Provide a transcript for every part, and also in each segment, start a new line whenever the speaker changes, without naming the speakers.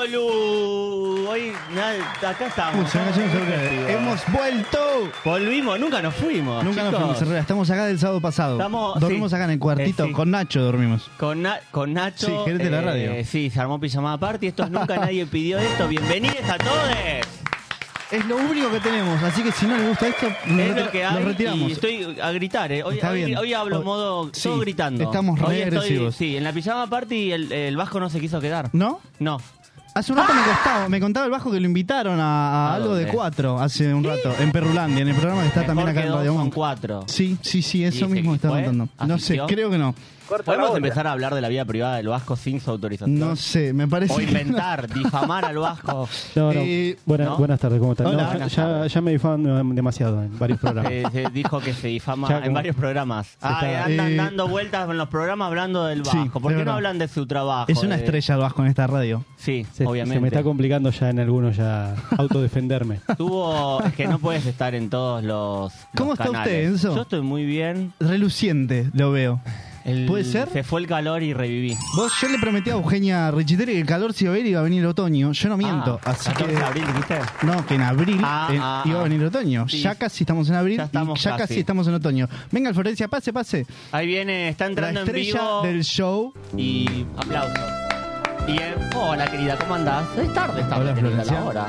¡Olu! Hoy, na- acá estamos.
Muchas gracias, Jorge. Hemos vuelto.
Volvimos, nunca nos fuimos.
Nunca nos
chicos.
fuimos Herrera. Estamos acá del sábado pasado.
Estamos-
dormimos
sí.
acá en el cuartito.
Eh, sí.
Con Nacho dormimos.
Con, Na- con Nacho.
Sí, gerente de la
eh,
radio.
sí, se armó pijamada party. Esto es nunca nadie pidió esto. Bienvenidos a todos.
Es lo único que tenemos. Así que si no les gusta esto, nos,
Es
retira-
lo que
nos
hay.
retiramos.
Y estoy a gritar, eh. Hoy,
Está
hoy-
bien.
hoy hablo
Hoy-
modo.
sí,
todo gritando.
estamos re
Hoy estoy-
agresivos.
Sí, en la pijama party el, el Vasco no se quiso quedar.
¿No?
No.
Hace un rato me costaba, me contaba el bajo que lo invitaron a, a
¿A
algo de
dónde?
cuatro hace un rato, en Perrulandia, en el programa que está
Mejor
también acá
que
en
dos
Radio
son
Monk.
cuatro.
Sí, sí, sí,
¿Y se
eso mismo me está
fue?
contando. No sé,
¿Asistió?
creo que no.
¿Podemos empezar a hablar de la vida privada del Vasco sin su autorización?
No sé, me parece.
O
que no.
inventar, difamar al Vasco.
No, no.
Eh,
Buena-
¿no?
Buenas tardes, ¿cómo están?
Hola.
No,
Buenas
ya,
tardes.
ya me difaman demasiado en varios programas.
Eh, se dijo que se difama
Ya,
en
como-
varios programas. Ah,
está-
eh, andan
Eh,
dando vueltas en los programas hablando del
Sí,
Vasco. ¿Por
es
qué no
verdad.
hablan de su trabajo?
Es una
de-
estrella el Vasco en esta radio.
Sí,
se,
obviamente.
se me está complicando ya en algunos ya autodefenderme.
Tuvo, es que no puedes estar en todos los.
¿Cómo
los
está
canales.
usted, Enzo?
Yo estoy muy bien.
Reluciente, lo veo.
El-
¿Puede ser?
Se fue el calor y reviví.
Vos, yo le prometí a Eugenia Richiteri que el calor si iba a venir iba a venir el otoño. Yo no miento.
Ah,
así que.
14 de abril, ¿viste?
No, que en abril
Ah,
eh,
ah,
iba a
ah.
venir otoño.
Sí.
Ya casi estamos en abril.
Ya
y
estamos
ya casi
casi.
estamos en otoño. Venga, Florencia, pase, pase.
Ahí viene, está
La
entrando en
estrella
vivo.
del show.
Y aplauso. Y eh, hola querida, ¿cómo andás? Es tarde, está
Hola, Florencia.
la hora.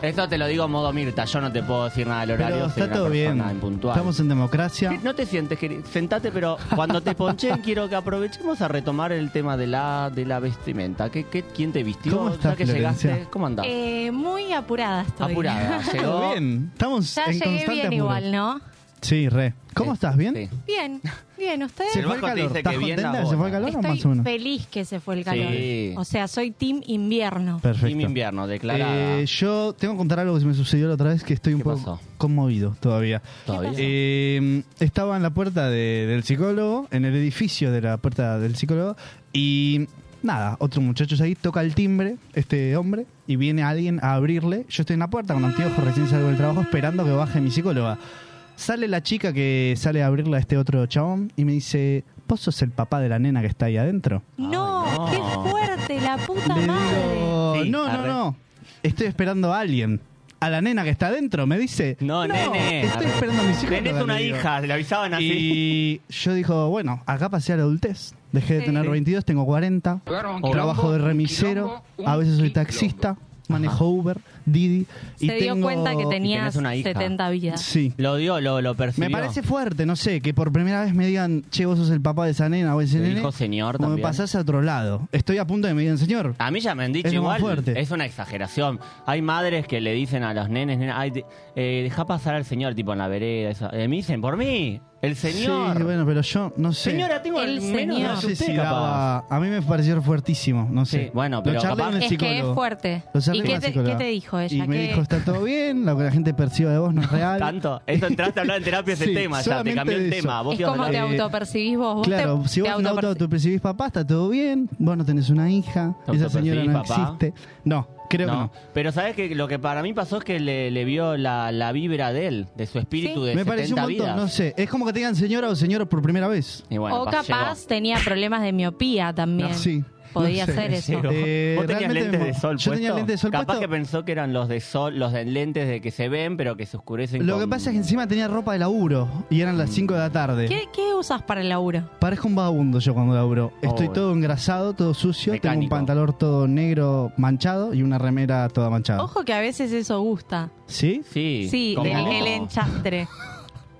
Esto te lo digo a modo Mirta, yo no te puedo decir nada del horario.
Pero
soy
está
una
todo bien.
persona impuntual.
Estamos en democracia.
Sí, No te sientes, querido. Sentate, pero cuando te ponchen quiero que aprovechemos a retomar el tema de la, de la vestimenta. ¿Qué, qué, quién te vistió?
¿Cómo
Ya
estás,
que
Florencia?
llegaste, ¿cómo andás?
Eh, muy apurada estoy.
Apurada, llegó.
Todo bien. Estamos
Ya
en
llegué
constante
bien
apuro.
igual, ¿no?
Sí, re. ¿Cómo
Sí,
estás? ¿Bien?
sí.
Bien, bien, ¿ustedes?
¿Se
El
fue el
Vasco te
calor?
dice
¿Estás
que bien
contenta?
las
¿Se fue
botas.
el calor
Estoy
más o menos?
feliz que se fue el calor.
Sí.
O sea, soy team invierno.
Team
Perfecto.
invierno, declarada.
Eh, yo tengo que contar algo que me sucedió la otra vez que estoy un
¿Qué
poco
pasó?
conmovido todavía.
Todavía.
¿Qué pasó?
Eh, estaba en la puerta de- del psicólogo, en el edificio de la puerta del psicólogo, y nada, otro muchacho ahí toca el timbre, este hombre, y viene alguien a abrirle. Yo estoy en la puerta con anteojos, recién salgo del trabajo, esperando que baje mi psicóloga. Sale la chica que sale a abrirle a este otro chabón y me dice, ¿vos sos el papá de la nena que está ahí adentro?
No,
Ay, no.
qué fuerte, la puta
Le
madre.
digo,
Sí,
no, no,
arre.
no. Estoy esperando a alguien. A la nena que está adentro, me dice.
No, nene.
Estoy esperando a mis hijos.
Tenés una hija, le avisaban así.
Y yo dijo, bueno, acá pasé a la adultez. Dejé de
Sí.
tener 22, tengo 40.
Oh.
Trabajo de remisero. A veces soy taxista. Manejo Uber, Didi. Y
se dio
tengo-
cuenta que tenías
tenés una hija.
70 vidas.
Sí.
Lo dio, lo, lo percibió.
Me parece fuerte, no sé, que por primera vez me digan, che, vos sos el papá de esa nena o ese
Le
nene.
dijo señor
o me
también. Ah,
pasás a otro lado. Estoy a punto de que me digan, señor.
A mí ya me han dicho
Es lo más
igual,
fuerte.
es una exageración. Hay madres que le dicen a los nenes, nena, ay, de- eh, deja pasar al señor, tipo en la vereda. eso. Eh, me dicen, por mí, el señor.
Sí, bueno, pero yo no sé.
Señora, tengo
El
menos
señor.
de
No sé
usted,
si
capaz.
daba- A mí me pareció fuertísimo, no sé.
Sí, bueno, pero
Lo charlé
capaz-
con el
Es que
psicólogo.
es fuerte.
Lo charlé
¿Y
con
qué
la
te,
psicóloga.
qué te dijo
Y
ella?
me
¿Qué-
dijo, está todo bien, lo que la gente perciba de vos no es real.
Tanto. Esto entraste a hablar en terapia ese
Sí,
tema, ya te
solamente
cambió el
de eso.
tema. Vos
Es
ibas a
como te
hablar-
Eh,
autopercibís vos. vos
Claro,
te-
si vos
te
en auto
autoperci-
te percibís papá, está todo bien, vos no tenés una hija,
¿Te
esa señora no
autopercibís papá?
existe. No, creo
No, pero sabes que lo que para mí pasó es que le, le vio la, la vibra de él, de su espíritu
Sí.
de
que no. Me pareció un
70 vidas.
montón, no sé. Es como que te digan señora o señor por primera vez.
Y bueno,
o
pas-
capaz
llegó.
tenía problemas de miopía también.
No, sí,
Podía
no sé.
ser eso.
Llegó.
Eh,
Vos tenías
realmente
lentes
me-
de sol
yo tenía
puesto?
lentes de sol
Capaz
puesto.
que pensó que eran los de sol, los de lentes de que se ven pero que se oscurecen
Lo
con-
que pasa es que encima tenía ropa de laburo y eran las 5 de la tarde.
¿Qué, ¿Qué usas para el laburo?
Parezco un vagabundo yo cuando laburo. Estoy
Oh.
todo engrasado, todo sucio. Tengo un
Mecánico.
pantalón todo negro manchado y una remera toda manchada.
Ojo que a veces eso gusta.
¿Sí?
Sí,
Sí,
como-
el, el enchastre.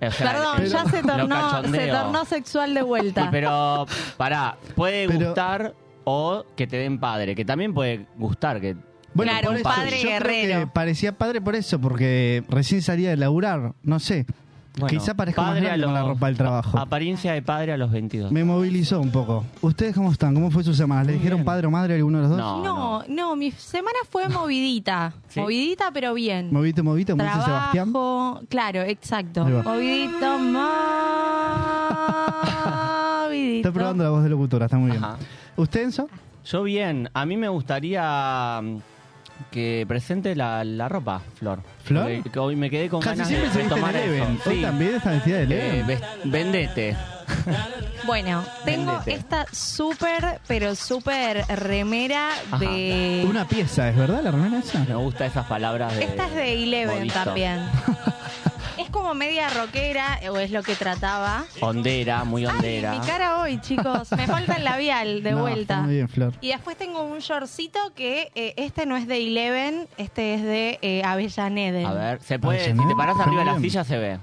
o sea,
Perdón,
el-
ya se
lo
tornó, se
cachondeo.
tornó sexual de
Y
vuelta.
pero, pará, puede
Pero-
gustar o que te den padre, que también puede gustar que...
Claro,
por
un
eso
padre
yo creo
guerrero.
que parecía padre por eso, porque recién salía de laburar. No sé.
Bueno,
Quizá parezco más
padre a
grande con la
los-
ropa del trabajo.
Apariencia de padre a los 22.
Me movilizó un poco. ¿Ustedes cómo están? ¿Cómo fue su semana? ¿Le
Muy
dijeron
bien.
padre o madre a alguno de los dos?
No.
no, no, mi semana fue movidita.
¿Sí?
Movidita, pero bien.
Movite, movite, como dice Sebastián.
Trabajo, claro, exacto.
Ahí va.
Movidito, movidito.
Está probando la voz de locutora, está muy bien.
Ajá.
¿Usted, Enzo?
Yo bien, a mí me gustaría mm, que presente la, la ropa, Flor.
¿Flor?
Porque que hoy me quedé con
Casi
ganas
siempre
de,
se
de
viste en
tomar
Eleven.
eso.
Hoy
Sí.
también esta necesidad de
Eh,
Eleven.
ves- vendete.
Bueno, tengo
Vendete.
esta súper, pero súper remera
Ajá.
de...
Una pieza, ¿es verdad la remera esa?
Me gustan esas palabras de...
Esta es de Eleven
modisto.
también. es como media rockera, o es lo que trataba.
Ondera, muy
Ay,
ondera.
mi cara hoy, chicos. Me falta el labial de
No, está
vuelta.
Muy bien, Flor.
Y después tengo un shortcito que eh, este no es de Eleven, este es de eh, Avellaneda.
A ver, se puede,
Ay,
si te
señor,
paras
está
arriba de la
bien.
silla se ve.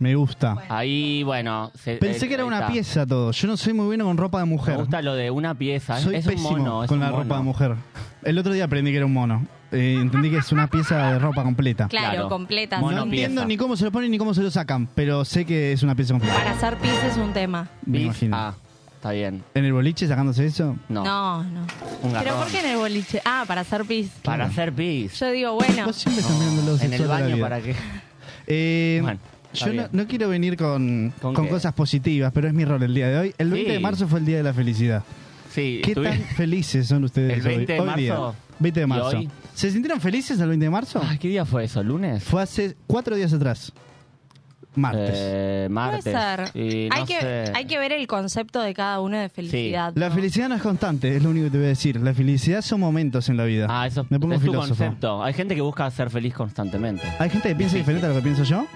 Me gusta.
Ahí, bueno. se-
Pensé
eh,
que era
ahí
una
está.
pieza todo. Yo no soy muy bueno con ropa de
Me
mujer.
gusta lo de una pieza. es-
Soy
es un
pésimo
mono. es
con
un
la
mono.
ropa de mujer. El otro día aprendí que era un mono. Eh, entendí que es una pieza de ropa completa.
Claro,
Claro.
completa.
Mono
no
son-
pieza.
entiendo ni cómo se lo ponen ni cómo se lo sacan, pero sé que es una pieza
Para
completa.
hacer pis es un tema.
Me
Bis-
imagino.
Ah, está bien.
En el boliche sacándose eso.
No.
No, no.
Un
Pero
garrón.
¿por qué en el boliche? Ah, para hacer pis.
Para hacer pis.
Yo digo, bueno,
Vos siempre estás mirando lo
en
sexual
el
de la
baño
vida.
para que...
Eh,
Bueno, está
yo no,
bien.
no quiero venir con,
¿Con
con
qué?
cosas positivas, pero es mi rol el día de hoy. El 20
Sí.
de marzo fue el día de la felicidad.
Sí,
¿Qué
tuvi-
tan felices son ustedes
El 20 de
hoy? Hoy
marzo.
día. 20 de
¿Y
marzo.
hoy?
¿Se sintieron felices el 20 de marzo?
Ay, Ah, ¿Qué día fue eso? ¿Lunes?
Fue hace cuatro días atrás. Martes.
Eh,
puede
martes.
ser.
Y
hay,
no
que,
sé.
hay que ver el concepto de cada uno de felicidad.
La
¿no?
felicidad no es constante, es lo único que te voy a decir. La felicidad son momentos en la vida.
Ah, eso
Me pongo
es tu
filósofo.
concepto. Hay gente que busca ser feliz constantemente.
Hay gente que piensa diferente a lo que pienso yo.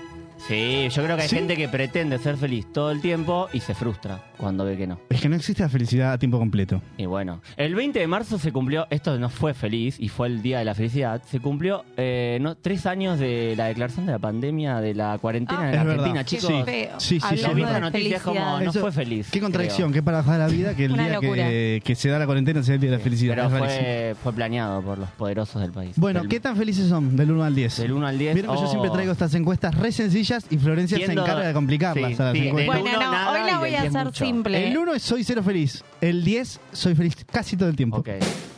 Sí, yo creo que hay
¿Sí?
gente que pretende ser feliz todo el tiempo y se frustra cuando ve que no.
Es que no existe la felicidad a tiempo completo.
Y bueno, el 20 de marzo se cumplió, esto no fue feliz y fue el día de la felicidad, se cumplió eh, no, tres años de la declaración de la pandemia, de la cuarentena
Ah,
en
es
Argentina,
verdad.
Qué
chicos.
feo.
Sí, sí, sí,
Hablando
Yo
es
vi
de
esta
verdad.
noticia es como,
felicidad.
no
Eso-
fue feliz.
Qué contradicción,
creo.
qué paradoja de la vida que el
Una
día
locura.
que, que se da la cuarentena sea el día de la felicidad.
Pero
Es rarísimo.
fue, fue planeado por los poderosos del país.
Bueno,
Del-
¿qué tan felices son del 1 al 10?
Del 1 al 10.
Vieron que yo
oh.
siempre traigo estas encuestas re sencillas y Florencia se
Siendo-
encarga de complicarlas
sí,
a las
sí, del
encuestas.
Bueno,
uno
no,
nada
hoy la
y
voy
del
a
10
hacer
mucho.
simple.
El 1 es soy cero feliz. El 10 soy feliz casi todo el tiempo.
Ok.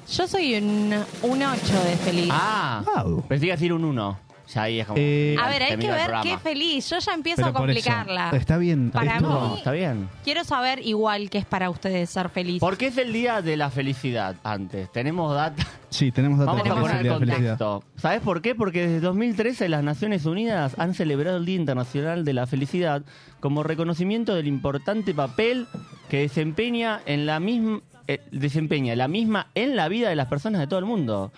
Yo soy un, un 8 de feliz.
Ah,
Wow.
pensé que iba a decir un 1. Ya ahí es como.
Eh,
a ver,
se
hay que
mira el
ver
programa.
qué feliz. Yo ya empiezo
Pero
a
por eso,
complicarla.
Está bien.
Para
es tu
mí-
rol.
No, está bien.
Quiero saber igual qué es para ustedes ser feliz.
¿Por qué es el día de la felicidad antes? Tenemos data.
Sí, tenemos datos
Vamos a
de que es el
poner
día
el
de la felicidad.
contexto. ¿Sabes por qué? Porque desde 2013 las Naciones Unidas han celebrado el Día Internacional de la Felicidad como reconocimiento del importante papel que desempeña en la misma eh, desempeña la misma en la vida de las personas de todo el mundo.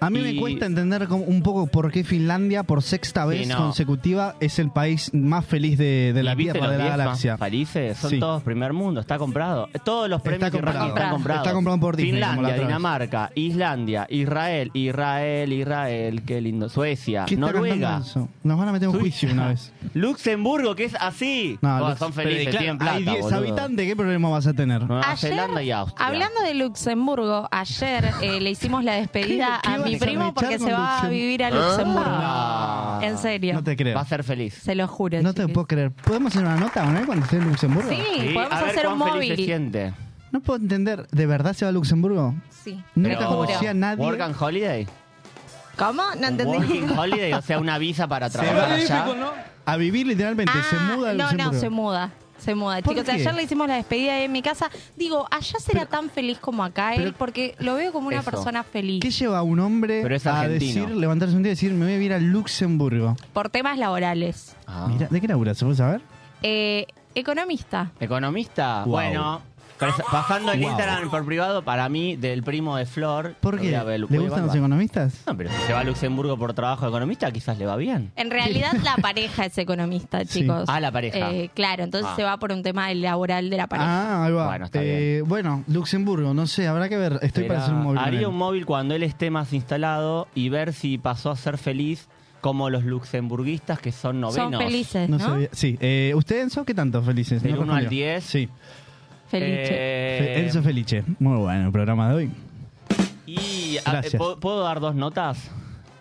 A mí me
Y-
cuesta entender como- un poco por qué Finlandia, por sexta vez
no.
consecutiva, es el país más feliz de, de la
¿Y viste
Tierra, de
los
la
10 más
galaxia.
felices? son
Sí.
todos primer mundo, está comprado. Todos los premios y
comprado.
rankings están comprados.
Está comprado por Disney, como la
Finlandia,
otra vez.
Dinamarca, Islandia, Israel, Israel, Israel, qué lindo. Suecia,
¿Qué está
Noruega.
cantando eso? Nos van a meter un
Suiza.
juicio una vez.
Luxemburgo, que es así.
No,
Oh,
Lux-
son
pero,
felices,
claro,
tienen plata,
Hay 10
boludo.
habitantes, ¿qué problema vas a tener?
Nueva
Ayer,
Zelanda y Austria.
Hablando de Luxemburgo, ayer eh, le hicimos la despedida
¿Qué- qué
a mi
vas a
primo
mechar
porque
con
se va a
Luxem-
vivir a Luxemburgo.
Ah.
En serio.
No te creo.
Va a ser feliz.
Se lo juro.
No te
chiquis.
puedo creer. ¿Podemos hacer una nota una vez cuando esté en Luxemburgo?
Sí,
Sí,
podemos
a ver
hacer un
cuán feliz se
móvil.
siente.
No puedo entender. ¿De verdad se va a Luxemburgo?
Sí.
Nunca
Pero-
conocí a nadie.
Work and Holiday.
¿Cómo? No entendí.
Working Holiday, o sea, una visa para
va
trabajar
a
allá.
A vivir literalmente. se
Ah,
muda a
no,
Luxemburgo.
no, se muda. Se muda.
¿Por
Chicos,
qué?
ayer le hicimos la despedida ahí en mi casa. Digo, allá será tan feliz como acá él,
pero-
porque lo veo como una
Eso.
persona feliz.
¿Qué lleva a un hombre
Pero es
a
argentino.
decir, levantarse un día y decir, me voy a ir a Luxemburgo?
Por temas laborales.
Ah.
Mira, ¿de qué labura? ¿Se puede saber?
Eh, economista.
¿Economista?
Wow.
Bueno, pas- pasando el
Wow.
Instagram por privado, para mí, del primo de Flor.
¿Por
lo
qué?
voy a
¿Le
ver, lo
gustan
voy a
los
evaluar.
economistas?
No, pero si se va a Luxemburgo por trabajo de economista, quizás le va bien.
En realidad la pareja es economista,
Sí.
chicos.
Ah, la pareja.
Eh, claro, entonces
Ah.
se va por un tema laboral de la pareja.
Ah, ahí va.
Bueno, está
Eh, bueno, Luxemburgo, no sé, habrá que ver. Estoy para
Será-
hacer un móvil. con
Haría
él.
un móvil cuando él esté más instalado y ver si pasó a ser feliz como los luxemburguistas que son
Son
Ah, novenos.
felices,
No
¿no?
sabía- Sí, eh, ¿usted, Enzo, qué tanto felices?
Del
No
uno al
respondió.
diez.
Sí.
Felice.
Eh,
Fe- Enzo Felice. Muy bueno el programa de hoy.
y ah,
Gracias.
¿puedo, puedo dar dos notas?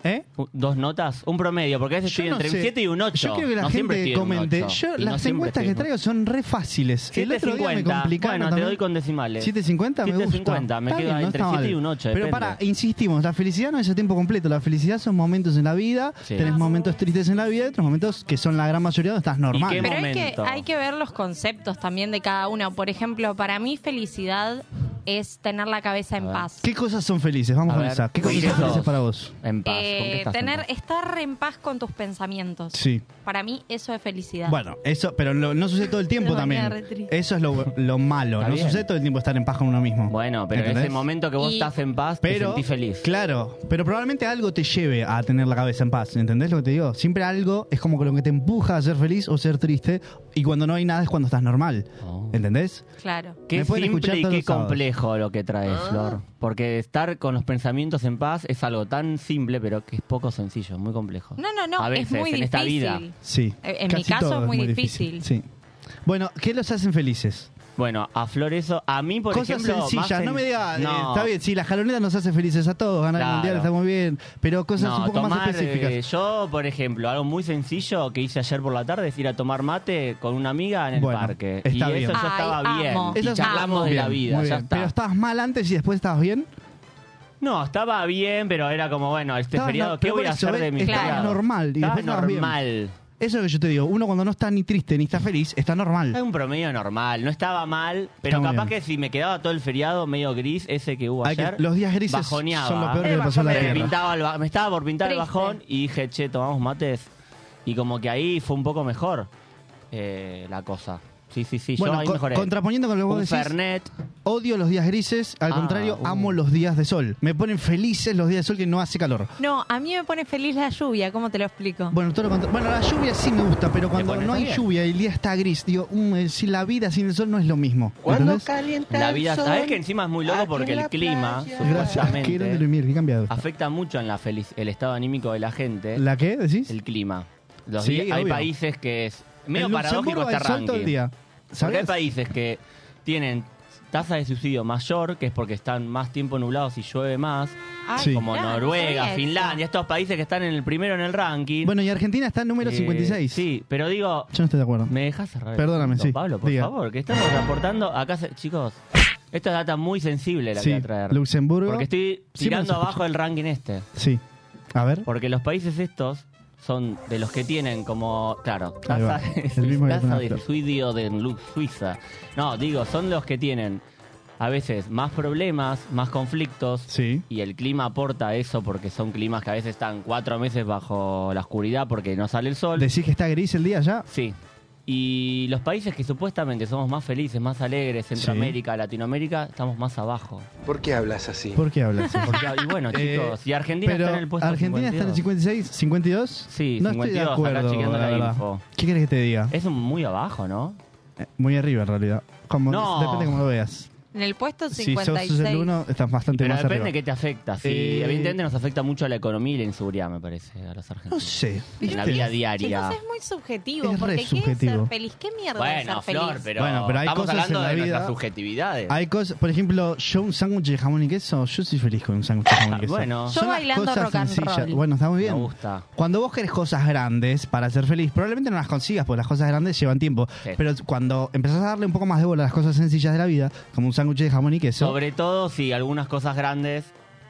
¿Eh?
U- ¿Dos notas, un promedio, porque a veces
Yo
estoy
no
entre
sé.
un 7 y un 8.
Yo quiero que la gente comente. Yo, las encuestas que traigo son re fáciles. El otro día me complicaron.
Bueno, te
también.
doy con decimales.
750 me gusta.
7.50, me
Está
quedo
bien,
entre
está
7 y
mal.
un 8,
Pero
depende.
para, insistimos, la felicidad no es a tiempo completo. La felicidad son momentos en la vida.
Sí.
Tenés momentos tristes en la vida y otros momentos que son la gran mayoría donde estás normal.
qué
Pero hay que,
momento.
hay que ver los conceptos también de cada uno. Por ejemplo, para mí felicidad es tener la cabeza en
ver.
paz.
¿Qué cosas son felices? Vamos
A
con
ver,
esa. ¿Qué cosas son
¿cuáles
felices
dos?
para vos?
En paz. ¿con
Eh,
qué estás en
tener,
paz?
estar en paz con tus pensamientos.
Sí.
Para mí eso es felicidad.
Bueno, eso, pero lo- no sucede todo el tiempo
Me voy a quedar
también.
re triste.
Eso es lo, lo malo.
Está
no
bien.
sucede todo el tiempo estar en paz con uno mismo.
Bueno, pero en
¿Entendés?
ese momento que vos
Y-
estás en paz, te
Pero,
sentís feliz.
Claro, pero probablemente algo te lleve a tener la cabeza en paz. ¿Entendés lo que te digo? Siempre algo es como lo que te empuja a ser feliz o ser triste. Y cuando no hay nada es cuando estás normal.
Oh.
¿Entendés?
Claro.
Qué
Me pueden
simple
escuchar
y
todos
qué
los sábados.
complejo lo que traes, Flor. Porque estar con los pensamientos en paz es algo tan simple, pero que es poco sencillo, muy complejo.
No, no, no,
A veces,
es muy
en
difícil.
esta vida.
Sí.
Eh, en mi
Casi
caso
todo
es muy difícil.
Sí. Bueno, ¿qué los hacen felices?
Bueno, a Flor eso, a mí, por
Cosas
ejemplo... más
sencillas,
sen-
no me digas, eh,
No,
está bien, sí, las jalonetas nos hace felices a todos, ganar
Claro.
el mundial está muy bien, pero cosas
no,
un poco
tomar,
más específicas.
eh, yo, por ejemplo, algo muy sencillo que hice ayer por la tarde es ir a tomar mate con una amiga en el
Bueno,
parque.
está
y eso
bien.
yo estaba
Ay,
bien.
amo.
Y
Eso es-
charlamos de
Bien,
la vida,
muy
ya
bien.
está.
Pero estabas mal antes y después estabas bien.
No, estaba bien, pero era como, bueno, este
Estabas
feriado,
no-
¿qué
pero
voy a
por eso,
hacer de
¿ves?
mi
Estabas
feriado?
normal y
Estaba
después estabas bien.
normal.
Eso es lo que yo te digo, uno cuando no está ni triste ni está feliz, está normal.
Es un promedio normal, no estaba mal, pero
Está muy
capaz
bien.
que si me quedaba todo el feriado medio gris, ese que hubo
Hay que-
ayer,
los días grises
bajoneaba.
son lo peor
¿eh?
que le pasó a la
me,
Tierra.
pintaba el ba- me estaba por pintar el
Triste.
bajón y dije, che, tomamos mates. Y como que ahí fue un poco mejor eh, la cosa. Sí, sí, sí, yo
Bueno,
ahí
co-
mejoré.
contraponiendo con lo que vos
un
decís,
Fernet.
odio los días grises, al
Ah,
contrario,
uh.
amo los días de sol. Me ponen felices los días de sol que no hace calor.
No, a mí me pone feliz la lluvia, ¿cómo te lo explico?
Bueno, todo lo contra- bueno, la lluvia sí me gusta, pero cuando
pone
no hay
bien.
lluvia y el día está gris, digo, mm, eh, si la vida sin el sol no es lo mismo.
Cuando
¿entendés?
calienta
La
el
vida,
sol,
sabes que encima es muy loco
aquí
porque
en
el
la
clima,
playa.
Gracias, que era de
supuestamente,
Lumier, qué cambiado. está.
afecta mucho en la feliz, el estado anímico de la gente.
¿La qué decís?
el clima. Los
Sí,
días- hay
obvio.
países que es medio
En
paradójico
Luxemburgo
este
hay sol todo el
ranking.
día.
Porque hay
¿Sabes?
países que tienen tasa de suicidio mayor, que es porque están más tiempo nublados y llueve más,
Ay,
Sí.
como
mirá, no
Noruega,
sabía eso.
Finlandia, estos países que están en el primero en el ranking.
Bueno, y Argentina está en número
Eh,
56.
Sí, pero digo,
Yo no estoy de acuerdo.
¿me dejas cerrar? el
Perdóname,
punto,
sí.
Pablo, por
Diga.
favor, que estamos aportando acá, se- chicos, esta es data muy sensible la
Sí,
que voy a traer.
Luxemburgo.
Porque estoy
Sí, me los
tirando
escucho.
abajo el ranking este.
Sí. A ver.
Porque los países estos son de los que tienen como, claro,
Ahí va,
tasa,
el mismo que
tasa
pone
de
Flor.
suicidio de Lu- Suiza. No, digo, son los que tienen a veces más problemas, más conflictos.
Sí.
Y el clima aporta eso porque son climas que a veces están cuatro meses bajo la oscuridad porque no sale el sol.
¿Decís que está gris el día ya?
Sí. Y los países que supuestamente somos más felices, más alegres, Centroamérica, Latinoamérica, estamos más abajo.
¿Por qué hablas así?
¿Por qué hablas? así?
Porque- y bueno,
Eh,
chicos, y Argentina
Pero
está en el puesto
Argentina está en el
52.
56, 52.
Sí,
no
52, acá
estoy de acuerdo.
chequeando
la
la
verdad.
info.
¿Qué querés que te diga?
Es un- muy abajo, ¿no?
Eh, Muy arriba en realidad. Como,
No.
Depende cómo lo veas.
En el puesto
Si
56.
sos el 1, estás bastante
Pero
más
depende
arriba.
de qué te afecta. Sí,
Eh,
evidentemente nos afecta mucho a la economía y la inseguridad, me parece, a los
No
argentinos.
sé.
en la
¿viste?
vida
Chicos,
diaria.
es muy subjetivo,
Es
porque
re
¿qué es
subjetivo.
ser feliz? ¿Qué mierda
Bueno,
es ser feliz?
Flor, pero,
Bueno, pero hay
estamos
cosas
hablando
en la
de nuestras
vida-
subjetividades.
Hay cosas, por ejemplo, yo un sándwich de jamón y queso, yo soy feliz con un sándwich de jamón y queso.
Ah, Bueno. Yo
Son las
bailando
cosas
rock and
sencillas.
roll.
Bueno, está muy
Me
bien.
gusta.
Cuando vos querés cosas grandes para ser feliz, probablemente no las consigas, porque las cosas grandes llevan tiempo.
Sí.
Pero cuando empezás a darle un poco más de bola a las cosas sencillas de la vida, como un sándwich de jamón y queso,
Sobre todo si algunas cosas grandes.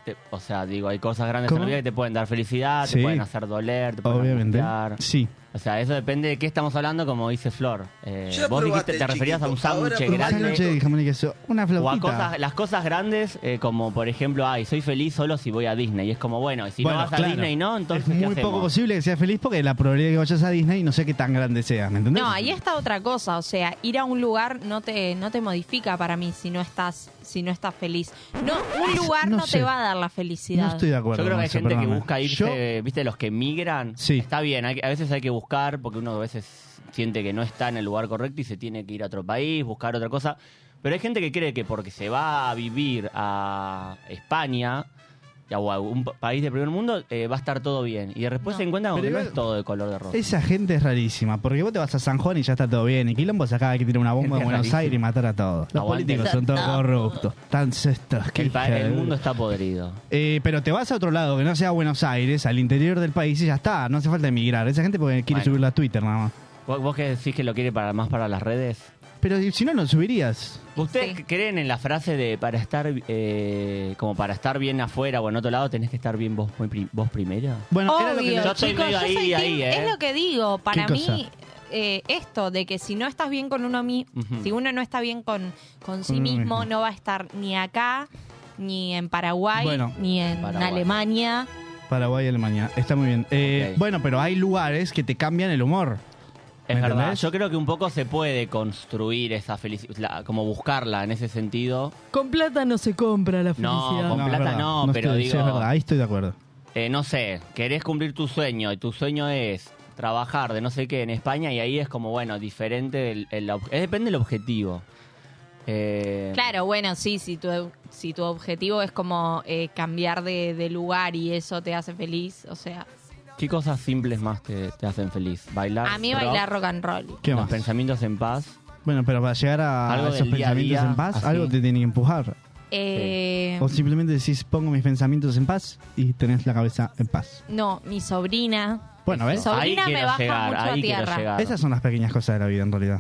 te- o sea, digo, hay cosas grandes en
¿Cómo?
la vida que te pueden dar felicidad,
Sí.
te pueden hacer doler, te pueden
obviamente.
angustiar.
Sí.
O sea, eso depende de qué estamos hablando, como dice Flor. Eh,
Ya
vos
probaste
dijiste, te
el
referías a un
chiquito, ahora
sándwich
probá
Un
Grande.
sándwich
grande.
de jamón y queso, una
O a
flautita.
cosas, las cosas grandes, eh, como por ejemplo, ay, soy feliz solo si voy a Disney. Y es como, bueno, y si
Bueno,
no vas
claro.
a Disney, no, entonces.
es
¿qué
muy poco
hacemos?
posible que seas feliz porque la probabilidad de que vayas a Disney no sé qué tan grande sea, ¿me entendés?
No, ahí está otra cosa, o sea, ir a un lugar no te no te modifica para mí si no estás si no estás feliz. No, un lugar
no
no,
sé.
te va a dar la felicidad.
No estoy de acuerdo.
Yo creo que hay
Marce,
gente que
perdóname.
busca
Yo-
irse, viste, los que migran.
Sí.
Está bien, hay que- a veces hay que buscar porque uno a veces siente que no está en el lugar correcto y se tiene que ir a otro país, buscar otra cosa. Pero hay gente que cree que porque se va a vivir a España y a- o a un pa- país de primer mundo, eh, va a estar todo bien. Y después
No.
se encuentran con
Pero
que no
igual-
es todo de color de rosa.
Esa gente es rarísima, porque vos te vas a San Juan y ya está todo bien. Y Quilombo se acaba de tirar una bomba
Gente
en Buenos
rarísima.
Aires y matar a todos. Los
Aguante.
políticos son todos corruptos. Tan cestos que
el, pa-
hija de-
el mundo está podrido.
Eh, pero te vas a otro lado que no sea Buenos Aires, al interior del país y ya está. No hace falta emigrar. Esa gente porque quiere
Bueno.
subirla a Twitter nada más.
¿Vos, vos que decís que lo quiere para más para las redes?
Pero si no, no subirías.
¿Ustedes
Sí.
creen en la frase de para estar eh, como para estar bien afuera o en otro lado tenés que estar bien vos, muy pri- vos primero?
Bueno,
Obvio,
era lo que
Yo estoy
chicos,
medio
yo
ahí,
soy team-
ahí, ¿eh?
es lo que digo, para
¿Qué cosa?
mí eh, esto, de que si no estás bien con uno mismo,
Ujú.
si uno no está bien con, con sí
Con uno
mismo,
mismo.
no va a estar ni acá, ni en Paraguay,
Bueno.
ni en
Paraguay.
Alemania.
Paraguay y Alemania. Está muy bien. Eh,
Ok.
Bueno, pero hay lugares que te cambian el humor.
Es
¿Me
verdad,
entendés?
yo creo que un poco se puede construir esa felicidad, como buscarla en ese sentido.
Con plata no se compra la
No,
felicidad.
Con
es
plata
verdad.
no, pero
estoy- sí, es
digo-
verdad, ahí estoy de acuerdo.
Eh, no sé, querés cumplir tu sueño y tu sueño es trabajar de no sé qué en España y ahí es como, bueno, diferente, del, el ob- eh, depende del objetivo. Eh,
Claro, bueno, sí, si tu, si tu objetivo es como eh, cambiar de, de lugar y eso te hace feliz, o sea,
¿Qué cosas simples más te, te hacen feliz? ¿Bailar?
a mí
Ah, rock,
bailar rock and roll.
¿Qué
los
más?
pensamientos en paz.
Bueno, pero para llegar a
Algo
esos
del día a
pensamientos
día,
en paz,
así.
algo te tiene que empujar.
Eh,
O simplemente decís, pongo mis pensamientos en paz y tenés la cabeza en paz.
no, mi sobrina.
Bueno,
Mi
¿ves?
sobrina
Ahí
me
quiero
baja
llegar,
mucho
ahí
a
quiero
tierra.
llegar.
Esas son las pequeñas cosas de la vida en realidad.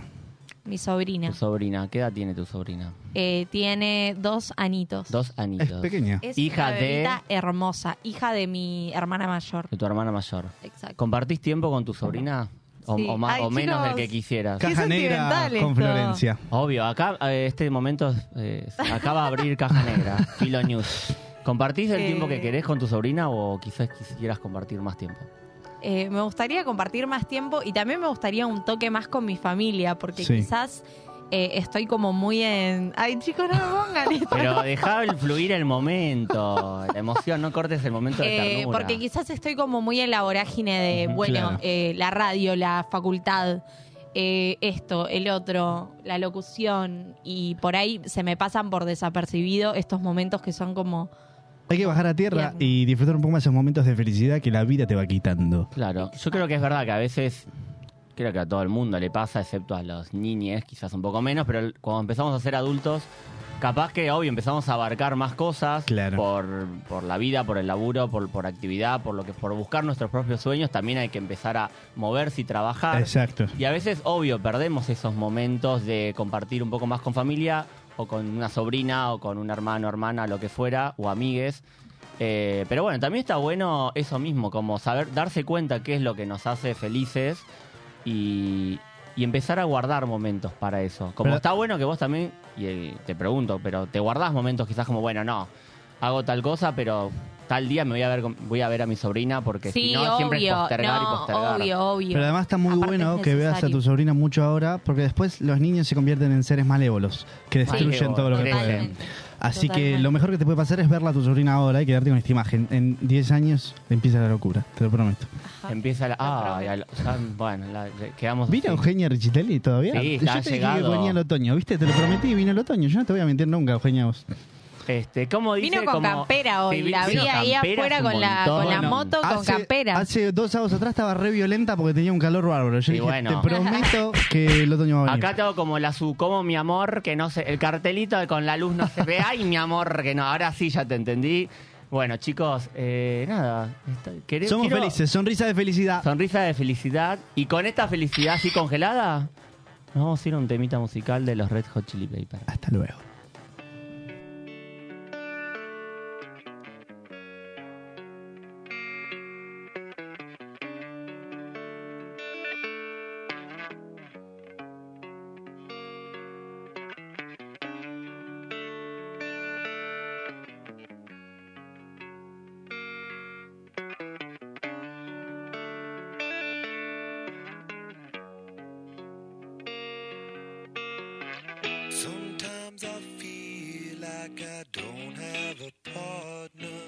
Mi sobrina.
Tu sobrina, ¿qué edad tiene tu sobrina?
Eh, tiene dos anitos.
Dos
Es
anitos.
pequeña.
Es
Hija
una
de-
bebita hermosa, hija de mi hermana mayor.
De tu hermana mayor.
Exacto.
¿Compartís tiempo con tu sobrina? O,
Sí.
o ma-
Ay,
o menos del
chicos.
que quisieras.
Ca-
Caja negra
sentimental
con
esto.
Florencia.
Obvio, acá eh, este momento eh, acaba de abrir caja negra, Filo News. ¿Compartís el
Eh.
tiempo que querés con tu sobrina o quizás quisieras compartir más tiempo?
Eh, me gustaría compartir más tiempo y también me gustaría un toque más con mi familia, porque
Sí.
quizás eh, estoy como muy en. Ay, chicos, no me pongan esto.
Pero dejá el fluir el momento, la emoción, no cortes el momento de
Eh,
ternura.
porque quizás estoy como muy en la vorágine de,
Ujú,
bueno,
claro.
eh, la radio, la facultad, eh, esto, el otro, la locución, y por ahí se me pasan por desapercibido estos momentos que son como,
Hay que bajar a tierra
Tierno.
y disfrutar un poco más esos momentos de felicidad que la vida te va quitando.
Claro, yo creo que es verdad que a veces, creo que a todo el mundo le pasa, excepto a los niñes, quizás un poco menos, pero el- cuando empezamos a ser adultos, capaz que, obvio, empezamos a abarcar más cosas
Claro.
por, por la vida, por el laburo, por, por actividad, por lo que por buscar nuestros propios sueños, también hay que empezar a moverse y trabajar.
Exacto.
Y a veces, obvio, perdemos esos momentos de compartir un poco más con familia o con una sobrina o con un hermano, hermana, lo que fuera, o amigues. Eh, pero bueno, también está bueno eso mismo, como saber, darse cuenta qué es lo que nos hace felices y, y empezar a guardar momentos para eso. Como
Pero-
está bueno que vos también, y eh, te pregunto, pero te guardás momentos quizás como, bueno, no, hago tal cosa, pero tal día me voy a ver, con- voy a, ver a mi sobrina porque si
sí,
no siempre es
obvio,
postergar y
no,
postergar.
obvio, obvio.
Pero además está muy
Aparte
bueno
es
que veas a
necesario.
tu sobrina mucho ahora, porque después los niños se convierten en seres malévolos, que destruyen
Malévolos,
todo lo que
totalmente.
pueden. Así que
Totalmente.
lo mejor que te puede pasar es verla a tu sobrina ahora y quedarte con esta imagen. En 10 años empieza la locura, te lo prometo.
Empieza la. Ah,
prometo.
ya lo- ya, bueno, la- ya- quedamos.
¿Vino
así.
Eugenia Riccitelli todavía?
Sí,
yo
ya ha
te dije que
llegado.
venía el otoño, ¿viste? Te lo prometí y vino el otoño. Yo no te voy a mentir nunca, Eugenia, vos.
Este, ¿cómo dice?
Vino con
Como-
campera hoy,
Sí, vi-
la vi
vino
ahí
campera
afuera
hace un
con la,
montón.
con la
Bueno,
moto con
Hace-
campera.
Hace dos años atrás estaba re violenta porque tenía un calor bárbaro. Yo
Y
dije,
bueno.
te prometo que el otoño va a venir.
Acá tengo como la su, como mi amor, que no sé, el cartelito de con la luz no se ve. Ay, mi amor, que no, ahora sí ya te entendí. Bueno, chicos, eh, nada. está- quere-
Somos
quiero-
felices, sonrisa de felicidad.
Sonrisa de felicidad. Y con esta felicidad así congelada, nos vamos a ir a un temita musical de los Red Hot Chili Peppers.
Hasta luego.
Sometimes I feel like I don't have a partner.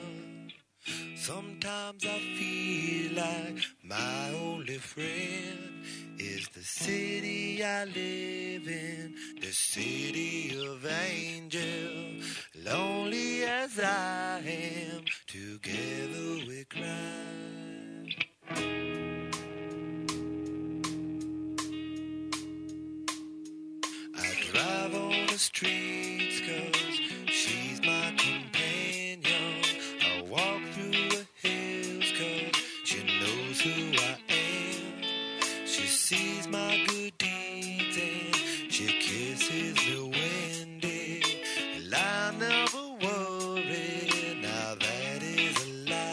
Sometimes I feel like my only friend is the city I live in, the city of angel. Lonely as I am, together we cry. I drive on the streets cause she's my companion. I walk through the hills cause she knows who I am. She sees my good deeds and she kisses the wind. And I never worry, now that is a lie.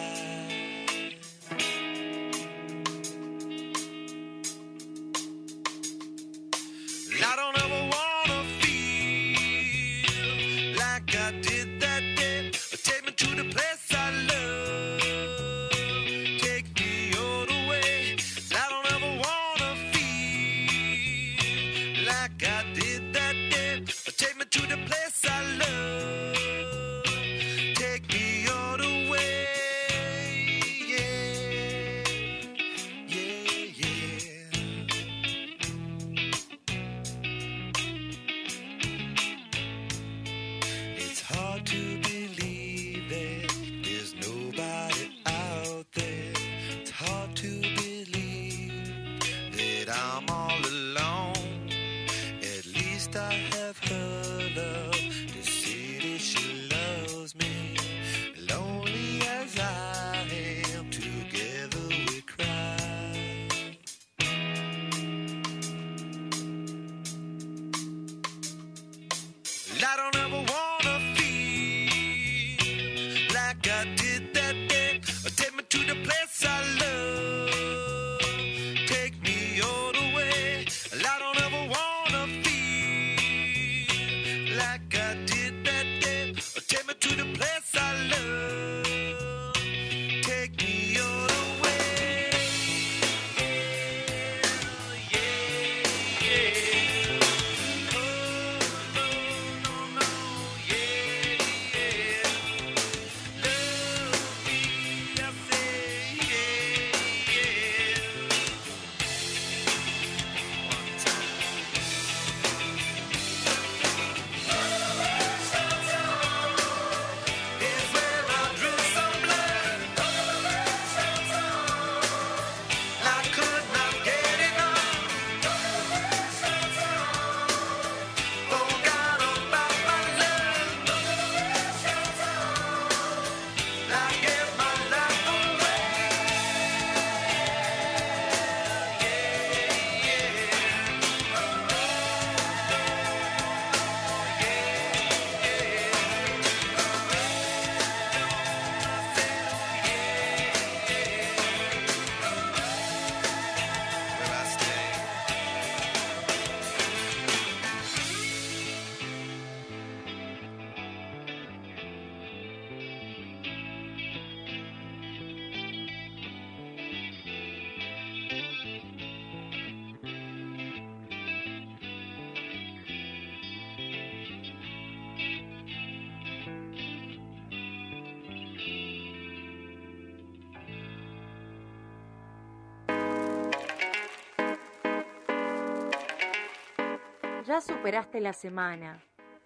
Ya superaste la semana.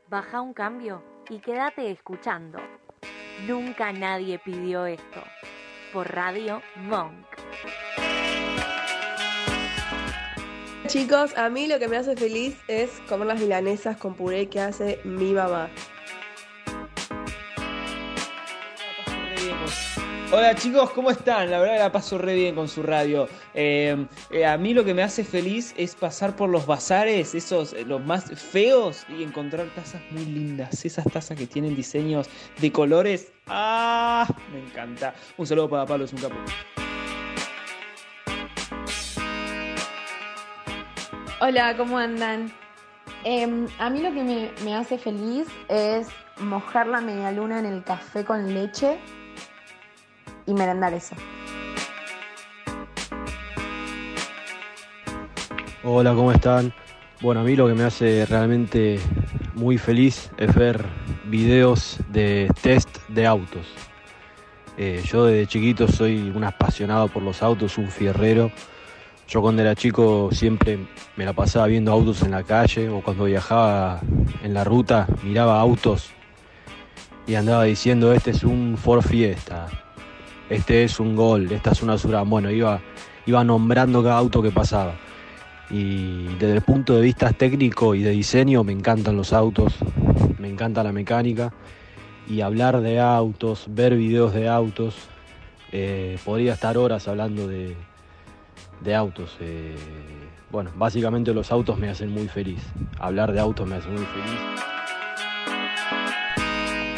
Baja un cambio y quédate escuchando. Nunca nadie pidió esto. Por Radio Monk.
Chicos, a mí lo que me hace feliz es comer las milanesas con puré que hace mi mamá.
Hola chicos, ¿cómo están? La verdad que la paso re bien con su radio. Eh, eh, a mí lo que me hace feliz es pasar por los bazares, esos eh, los más feos, y encontrar tazas muy lindas. Esas tazas que tienen diseños de colores. ¡Ah! Me encanta. Un saludo para Pablo, es un capo.
Hola, ¿cómo andan? Em, a mí lo que me, me hace feliz es mojar la medialuna en el café con leche y merendar eso.
Hola, ¿cómo están? Bueno, a mí lo que me hace realmente muy feliz es ver videos de test de autos. Eh, yo desde chiquito soy un apasionado por los autos, un fierrero. Yo cuando era chico siempre me la pasaba viendo autos en la calle o cuando viajaba en la ruta miraba autos y andaba diciendo este es un Ford Fiesta, este es un Gol, esta es una Surán. Bueno, iba, iba nombrando cada auto que pasaba. Y desde el punto de vista técnico y de diseño me encantan los autos, me encanta la mecánica y hablar de autos, ver videos de autos, eh, podría estar horas hablando de, de autos. eh, bueno, básicamente los autos me hacen muy feliz, hablar de autos me hace muy feliz.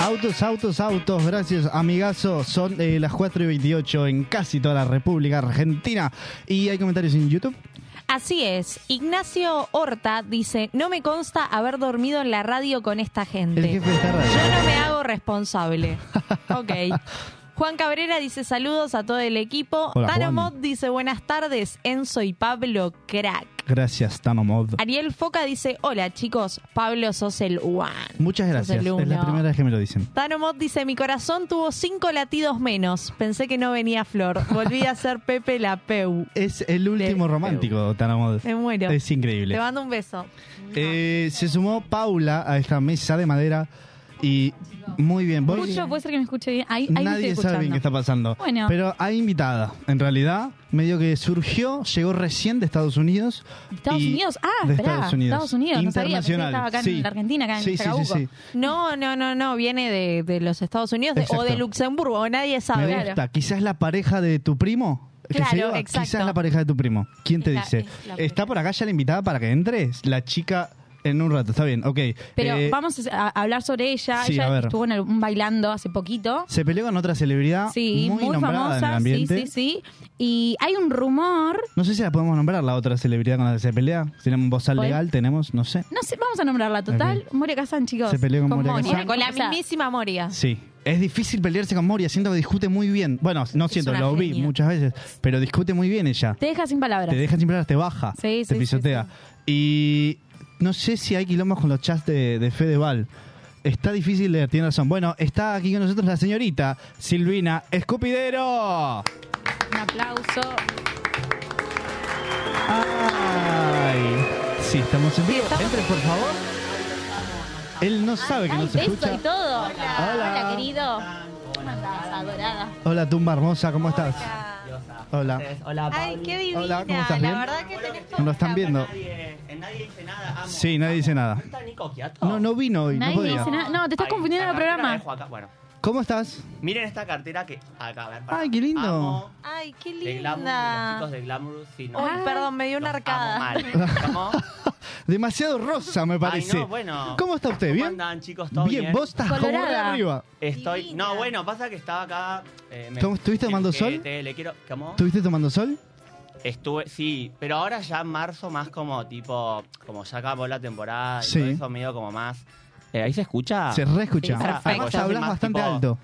Autos, autos, autos, gracias amigazo. Son eh, las 4 y 28 en casi toda la República Argentina. Y hay comentarios en YouTube.
Así es. Ignacio Horta dice, no me consta haber dormido en la radio con esta gente. Yo no me hago responsable. ok. Juan Cabrera dice saludos a todo el equipo.
Hola,
Tano
Juan.
Mott dice buenas tardes, Enzo y Pablo, crack.
Gracias, Tano Mod.
Ariel Foca dice, hola chicos, Pablo sos el one.
Muchas gracias.
Sos el
Es la
uno.
primera vez que me lo dicen.
Tano Mott dice, mi corazón tuvo cinco latidos menos. Pensé que no venía Flor. Volví a ser Pepe la Peu.
Es el último romántico, Tano Mod.
Me muero.
Es increíble.
Te mando un beso.
Eh, se sumó Paula a esta mesa de madera y muy bien. ¿Vos?
Escucho, puede ser que me escuche bien. Ahí, ahí me
Nadie
estoy
sabe bien qué está
escuchando.
pasando.
Bueno.
Pero hay invitada, en realidad, medio que surgió, llegó recién de Estados Unidos.
Estados
y-
Unidos, ah,
de
esperá,
Estados Unidos.
Estados Unidos, no sabía, pensé que
Internacional.
estaba acá en
sí.
la Argentina, acá en
Sí, sí, sí,
Chacabuco.
sí.
No, no, no, no. Viene de, de los Estados Unidos de- o
Exacto.
de Luxemburgo. Nadie
Me
sabe.
gusta. Quizás la pareja de tu primo. que se
Claro,
iba,
exacto.
Quizás la pareja de tu primo. ¿Quién te
Es la-
dice?
es la
¿Está por acá ya la invitada para que entres? La chica en un rato. Está bien, ok.
Pero
Eh,
vamos a a hablar sobre ella.
sí, a
ella
ver.
estuvo en el- un bailando hace poquito.
Se peleó con otra celebridad
Sí,
muy,
muy,
nombrada en
famosa.
el
Sí, sí,
ambiente.
sí. Y hay un rumor.
No sé si la podemos nombrar, la otra celebridad con la que se pelea. Tenemos un bozal
¿Podemos?
legal, tenemos, no sé.
No sé, vamos a nombrarla Ah, total. Moria Kazan, chicos.
Se peleó con Moria Kazan.
Con la mismísima Moria.
Sí. Es difícil pelearse con Moria, siento que discute muy bien. Bueno, no siento,
una
lo vi
genia.
muchas veces, pero discute muy bien ella.
Te deja sin palabras.
Te deja sin palabras, te baja,
Sí, sí,
te pisotea. Y no sé si hay quilombos con los chats de, de Fedeval. Está difícil leer, tiene razón. Bueno, está aquí con nosotros la señorita Silvina Escupidero.
Un aplauso.
Ay, sí, estamos en vivo. Entren, por favor. Él no sabe que
Ay,
nos
beso y
escucha.
todo.
Hola. Hola.
querido. ¿Cómo andás, adorada?
Hola, Tumba Hermosa, ¿cómo estás? Hola.
Hola,
Ay, qué divina.
Hola, ¿cómo estás? ¿Bien?
La verdad que tenés todo.
¿No lo están viendo?
Nadie, nadie dice nada. Amo.
Sí, nadie dice nada.
¿Está Nico Quiato?
No, no vino hoy, no
Nadie
podía.
dice nada. No, te estás confundiendo en el
La cartera
programa.
dejo acá, Bueno,
¿Cómo estás?
miren esta cartera que acá, a ver. pará.
Ay, qué lindo.
Amo
Ay, qué
de Glamour, de los
linda.
chicos de Glamour. Sí, no.
Uy,
Ah.
perdón, me dio una
Amo
arcada.
mal. ¿Cómo?
Demasiado rosa, me parece.
Ay, no, bueno.
¿Cómo está usted?
¿Cómo
¿Bien?
andan, chicos? ¿Todo bien?
vos estás como de arriba.
Estoy. No, bueno, pasa que estaba acá. eh, me-
¿Cómo, estuviste tomando sol?
ojete, Le quiero. ¿Cómo?
¿Estuviste tomando sol?
Estuve, sí, pero ahora ya en marzo más como tipo, como ya acabó la temporada y
Sí.
todo eso medio como más. Eh, ¿Ahí se escucha?
Se reescucha.
Sí, perfecto.
Además
Yo soy
hablas
más
bastante
tipo-
alto.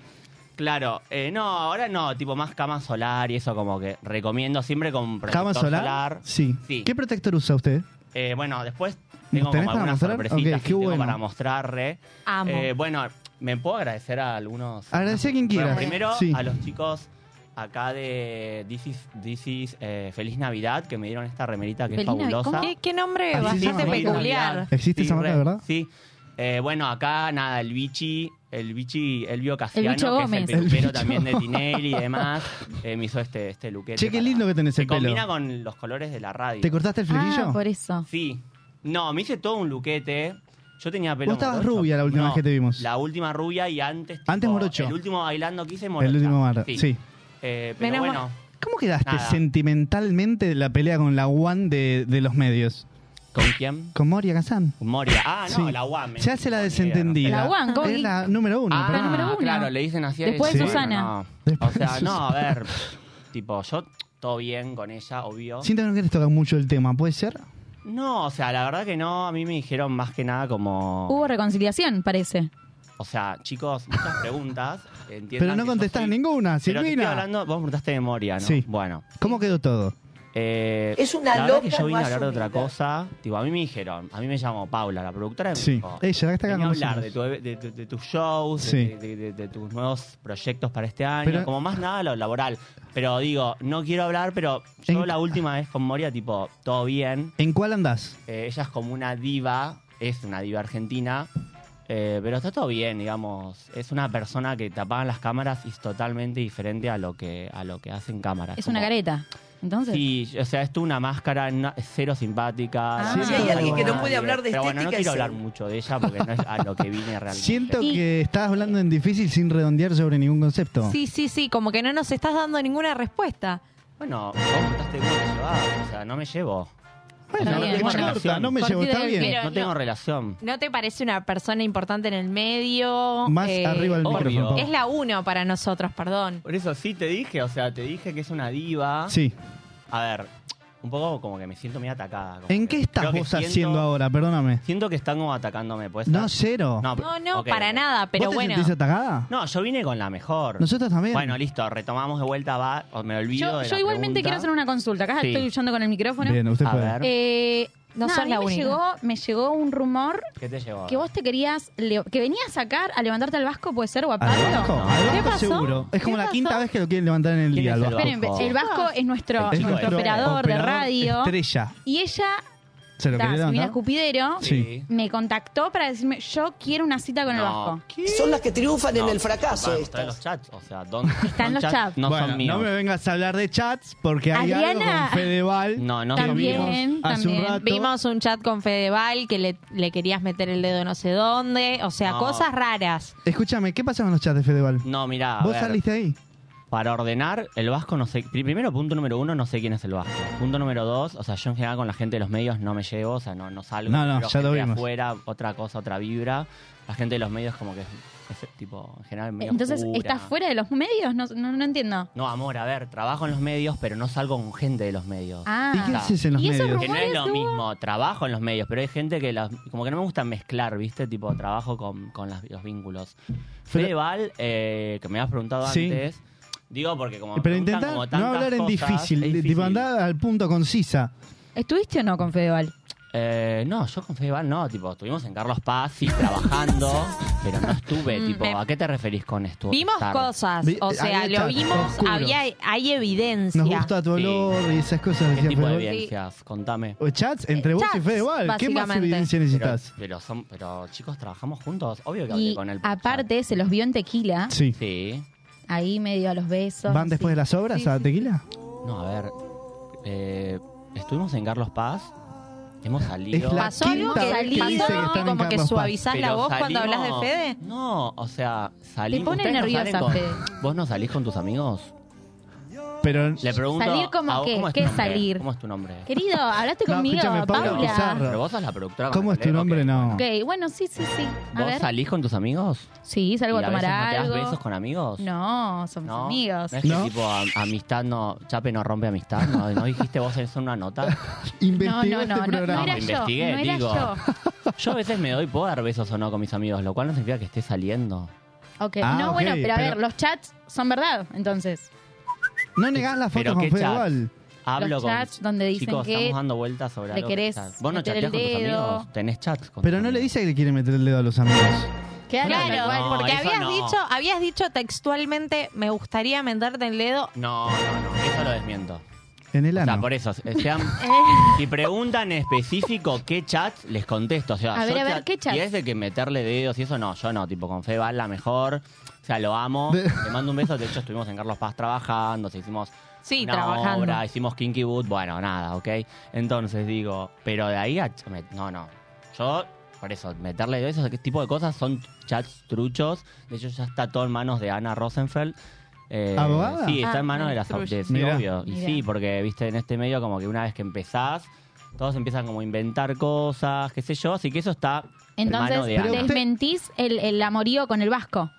Claro, eh, no, ahora no, tipo más cama solar y eso como que recomiendo siempre con protector
¿Cama solar? Sí.
Sí.
¿Qué protector usa usted?
Eh, bueno, después tengo como
¿Tenés para
algunas
mostrar?
sorpresitas
Ok,
sí,
qué
tengo
bueno.
para mostrar, re.
Amo.
Eh, bueno, me puedo agradecer a algunos
Agradece a quien
Bueno,
quiera.
primero
Sí.
a los chicos acá de This is, This is, eh, Feliz Navidad, que me dieron esta remerita que es fabulosa.
¿Qué, qué nombre
Así se
bastante
llama, Feliz
peculiar.
Ah,
Navidad.
¿Existe
Sí,
esa marca,
re,
verdad?
Sí. Eh, bueno, acá nada, el bichi, el bichi, Elvio Casiano,
El Bicho
que es el
Gómez.
peluquero
El Bicho.
también de Tinelli y demás, eh, me hizo este, este luquete.
Che, qué
para-
lindo que tenés el
que combina
pelo.
con los colores de la radio.
¿Te cortaste
Ah,
el flequillo?
eso.
Sí. No, me hice todo un luquete. Yo tenía pelo
Vos estabas
morocho.
rubia la última
No,
vez que te vimos.
La última rubia y antes. tipo,
Antes morocho.
El último bailando que hice morocho.
El último mar, sí.
Eh, pero
Menos
bueno.
¿Cómo quedaste
Nada.
sentimentalmente de la pelea con la One de, de los medios?
¿Con quién?
Con Moria Kazan.
Moria. Ah, no,
Sí.
la UAM.
Se hace la desentendida.
La One, ¿cómo?
Es la número uno.
Ah,
pero-
claro, le dicen así. a
Después
ella.
de Susana.
No, no. O sea, no, a ver. Tipo, yo todo bien con ella, obvio.
Siento que no querés tocar mucho el tema, ¿puede ser?
No, o sea, la verdad que no. A mí me dijeron más que nada como...
Hubo reconciliación, parece.
O sea, chicos, muchas preguntas. Entiendan
Pero
que
no
yo
contestás
soy-
ninguna,
Pero te estoy
Silvina.
hablando, vos me preguntaste de memoria, ¿no?
Sí.
Bueno.
¿Cómo quedó todo?
eh,
Es una
la verdad que
loca
yo vine
no
a hablar de otra
asumida.
cosa. Tipo, a mí me dijeron, a mí me llamó Paula, la productora. y me
Sí.
dijo,
Ella, que está acá
"Vení a
con
hablar de,
nosotros".
tu eve- de, tu- de tus shows,
Sí.
de, de- de- de tus nuevos proyectos para este año.
Pero-
como más nada lo laboral. Pero digo, no quiero hablar, pero yo la última vez con Moria, tipo, todo bien.
¿En cuál andás?
Eh, ella es como una diva, es una diva argentina, eh, pero está todo bien, digamos. Es una persona que te apagan las cámaras y es totalmente diferente a lo que, a lo que hacen cámaras.
Es una
Como-
careta. Entonces.
Sí, o sea, es tú una máscara no- es cero simpática.
Ah.
no
Si
hay
saluda
alguien que no
a nadie.
puede hablar de
Pero bueno, no
estética,
quiero
es
hablar
él.
mucho de ella porque no es a lo que vine realmente.
Siento que estás hablando en difícil sin redondear sobre ningún concepto.
Sí, sí, sí, como que no nos estás dando ninguna respuesta.
Bueno, vos contaste cómo te llevabas, o sea, no me llevo.
Bueno,
no,
bien,
tengo
bueno.
relación.
No me llevo, está Pero bien.
No tengo relación.
¿No te parece una persona importante en el medio?
Más arriba del
obvio.
micrófono.
Es la uno para nosotros, perdón.
Por eso sí te dije, o sea, te dije que es una diva.
Sí.
A ver, un poco como que me siento muy atacada. como
¿En
que
qué estás
creo que
vos
siento-
haciendo ahora? Perdóname.
Siento que están como atacándome, pues.
No, cero.
No, no, para nada, pero
¿Vos te
bueno.
sentís atacada?
No, yo vine con la mejor.
Nosotros también.
Bueno, listo, retomamos de vuelta, va, o me olvido
Yo,
de
yo
la
igualmente
pregunta.
quiero hacer una consulta. Acá
Sí.
estoy luchando con el micrófono.
Bien, usted
A
puede.
ver.
Eh,
No
nada,
sos
a mí
la
me
única.
Llegó, me llegó un rumor
¿Qué te llevó?
Ah.
que vos te querías, le- que venías a sacar, a levantarte al Vasco, ¿puede ser? ¿O a
Al
Pablo?
Vasco,
No.
al
¿Qué
Vasco
pasó?
seguro. Es
¿Qué
como la
pasó?
quinta vez que lo quieren levantar en el día. al Vasco.
Esperen, el Vasco es nuestro,
Es
nuestro
nuestro
operador, de
operador
radio.
estrella.
Y ella,
¿Se lo
ta,
quería
Silvina
levantar?
Escupidero,
Sí.
me contactó para decirme, yo quiero una cita con el Vasco.
Son las que triunfan en
No,
el fracaso.
vamos,
estas.
están los chats, o sea, ¿dónde
Están los chats.
No
bueno,
son míos.
no me vengas a hablar de chats porque hay
Adriana.
algo con Fedeval.
No, no
que
son
También,
vimos hace
también.
un rato.
Vimos un chat con Fedeval que le, le querías meter el dedo no sé dónde. O sea,
No.
cosas raras.
Escúchame, ¿qué pasaba en los chats de Fedeval?
No, mirá, a
¿Vos
ver,
saliste ahí?
para ordenar, el Vasco no sé... pri- Primero, punto número uno, no sé quién es el Vasco. Punto número dos, o sea, yo en general con la gente de los medios no me llevo, o sea, no, no salgo.
No, no,
pero
ya lo
gente de
vimos.
afuera, otra cosa, otra vibra. La gente de los medios como que es, es, tipo, en general medio
Entonces,
oscura.
¿estás fuera de los medios? No, no, no entiendo.
No, amor, a ver, trabajo en los medios, pero no salgo con gente de los medios.
Ah. ¿Y qué
O sea,
haces en los ¿Y esos medios?
Que no
rumores
es lo
que hubo?
mismo, trabajo en los medios, pero hay gente que las- como que no me gusta mezclar, ¿viste? Tipo, trabajo con, con las- los vínculos. Fedeval, eh, que me habías preguntado
Sí.
antes, digo porque como... me
Pero
preguntan
intentá
como
no
tantas
hablar en
cosas,
difícil,
es
tipo andar al punto concisa.
¿Estuviste o no con Fedeval?
Eh, no, yo con Fedeval no, tipo, estuvimos en Carlos Paz, sí, trabajando, pero no estuve, tipo, ¿a qué te referís con esto?
Vimos
Estar.
cosas.
Vi-
O sea,
había
lo
chats
vimos,
oscuros.
había, hay evidencia.
Nos gusta tu olor y esas cosas.
¿Qué
decía
tipo de
Fedeval.
evidencias? Contame.
O chats entre vos y
chats,
Fedeval. ¿Qué más
básicamente.
evidencia necesitas?
Pero, pero son, pero chicos, trabajamos juntos. Obvio que hablé
Y
con él.
aparte, se los vio en tequila,
Sí.
Sí.
ahí medio a los besos.
¿Van después de las obras a tequila?
No, a ver. eh, estuvimos en Carlos Paz. Hemos salido.
Es la
¿Pasó algo
quinta
que,
vez que
pasó
dice que
algo
están
que
en
como que
Carlos Paz.
suavizás la
Pero
voz cuando hablas de
salimos-
Fede?
No, o sea, salimos.
Te pone
ustedes no
nerviosa,
salen
Fede.
¿Vos no salís con tus amigos?
Pero
Le pregunto.
¿Salir como
a vos,
qué?
¿Cómo es tu
¿Qué
nombre?
salir?
¿Cómo es tu nombre?
Querido, hablaste
No,
conmigo,
escúchame, Paula
Paula.
Pizarro.
Pero vos sos la productora. con
¿Cómo
el
es tu
teléfono,
nombre?
ok.
No.
Ok, bueno, sí, sí, sí. A
¿Vos
ver.
salís con tus amigos?
Sí, salgo
¿Y
a tomar
veces no te das
algo.
besos con amigos?
No, somos
No,
amigos.
No es que tipo am- amistad no, Chape no rompe amistad, no, ¿No dijiste vos eso en una nota.
No,
Investigó
no,
este
no, no, no,
programa.
era
Me
yo.
investigué,
no era
digo.
yo.
Yo a veces me doy por dar besos o no con mis amigos, lo cual no significa que esté saliendo.
Ok,
Ah,
no,
ok,
bueno, pero a
pero-
ver, los chats son verdad, entonces.
No negás las fotos
Pero
con
qué
Fedeval.
Hablo
Los
con
chats donde dicen
chicos,
que
estamos dando vueltas sobre
le
algo que
querés
está- Vos no
meter
chateás
el
con tus
dedo.
amigos, tenés chats con
Pero
tus
no le
amigos.
dice que le quiere meter el dedo a los amigos.
Claro,
Claro,
tal cual.
No,
porque
eso
habías
no.
dicho, habías dicho textualmente, me gustaría meterte el dedo.
No, no, no, eso lo desmiento.
En el
O sea,
ano.
por eso, eh, sean- si preguntan en específico qué chat, les contesto. O sea,
A ver,
yo
a ver,
chat-
¿qué chats?
Y es de que meterle dedos y eso no, yo no, tipo, con Feba es la mejor. O sea, lo amo. Le mando un beso. De hecho, estuvimos en Carlos Paz trabajando, se hicimos
Sí,
una
trabajando.
obra, hicimos Kinky Boot, bueno, nada, ¿ok? Entonces digo, pero de ahí a... ch- me- No, no. Yo, por eso, meterle de esos tipo de cosas son chats truchos. De hecho, ya está todo en manos de Ana Rosenfeld. Eh,
¿Abogada?
Sí, está
Ah,
en manos de las
trucho.
de- sí,
Mirá.
obvio. Y
Mirá.
sí, porque, viste, en este medio como que una vez que empezás, todos empiezan como a inventar cosas, qué sé yo, así que eso está en
Entonces,
mano de Ana.
desmentís el, el amorío con el vasco.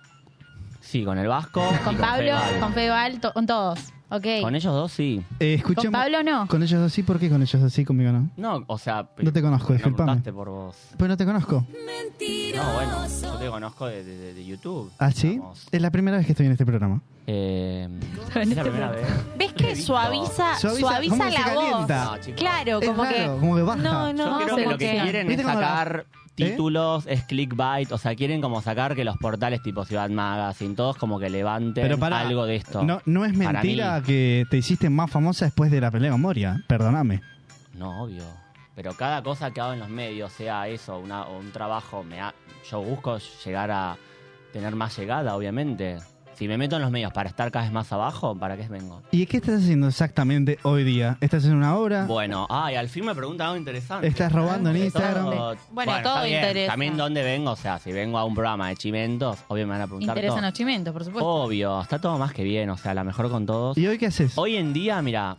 Sí, con el Vasco. y
Con Pablo,
Feval.
con Feval, to- con todos. Ok.
Con ellos dos sí.
Eh, escuchame-
¿Con Pablo no?
Con ellos dos sí, ¿por qué con ellos dos sí, conmigo no?
No, o sea,
No te conozco,
me
disculpame.
preguntaste por vos.
Pero no te conozco.
No, bueno, yo te conozco de, de- de- de YouTube.
¿Ah, sí? Es la primera vez que estoy en este programa.
Eh,
en
es la
este
primera vez.
¿Ves que suaviza,
Suaviza,
suaviza
¿cómo se
la voz?
calienta?
No, chicos.
claro,
Es
como
raro,
que.
como que baja.
No, no,
Yo creo que lo que
como
quieren es
¿Viste cómo ¿Eh? la-
sacar títulos, es clickbait, o sea, quieren como sacar que los portales tipo Ciudad Magazine, todos como que levanten
Pero pará,
algo de esto.
No, no es
Para
mentira
mí.
que te hiciste más famosa después de la pelea con Moria. Perdóname.
No, obvio. Pero cada cosa que hago en los medios, sea eso una, o un trabajo, me ha- yo busco llegar a tener más llegada, obviamente. Si me meto en los medios para estar cada vez más abajo, ¿para qué vengo?
¿Y qué estás haciendo exactamente hoy día? ¿Estás en una obra?
Bueno, ay, al fin me preguntan algo interesante.
Estás robando en
Eso-
Instagram.
Bueno,
todo
está bien.
interesa.
También dónde vengo, o sea, si vengo a un programa de chimentos, obvio me van a preguntar
Interesan
todo.
los chimentos, por supuesto.
Obvio, está todo más que bien, o sea, la mejor con todos.
¿Y hoy qué haces?
Hoy en día, mira,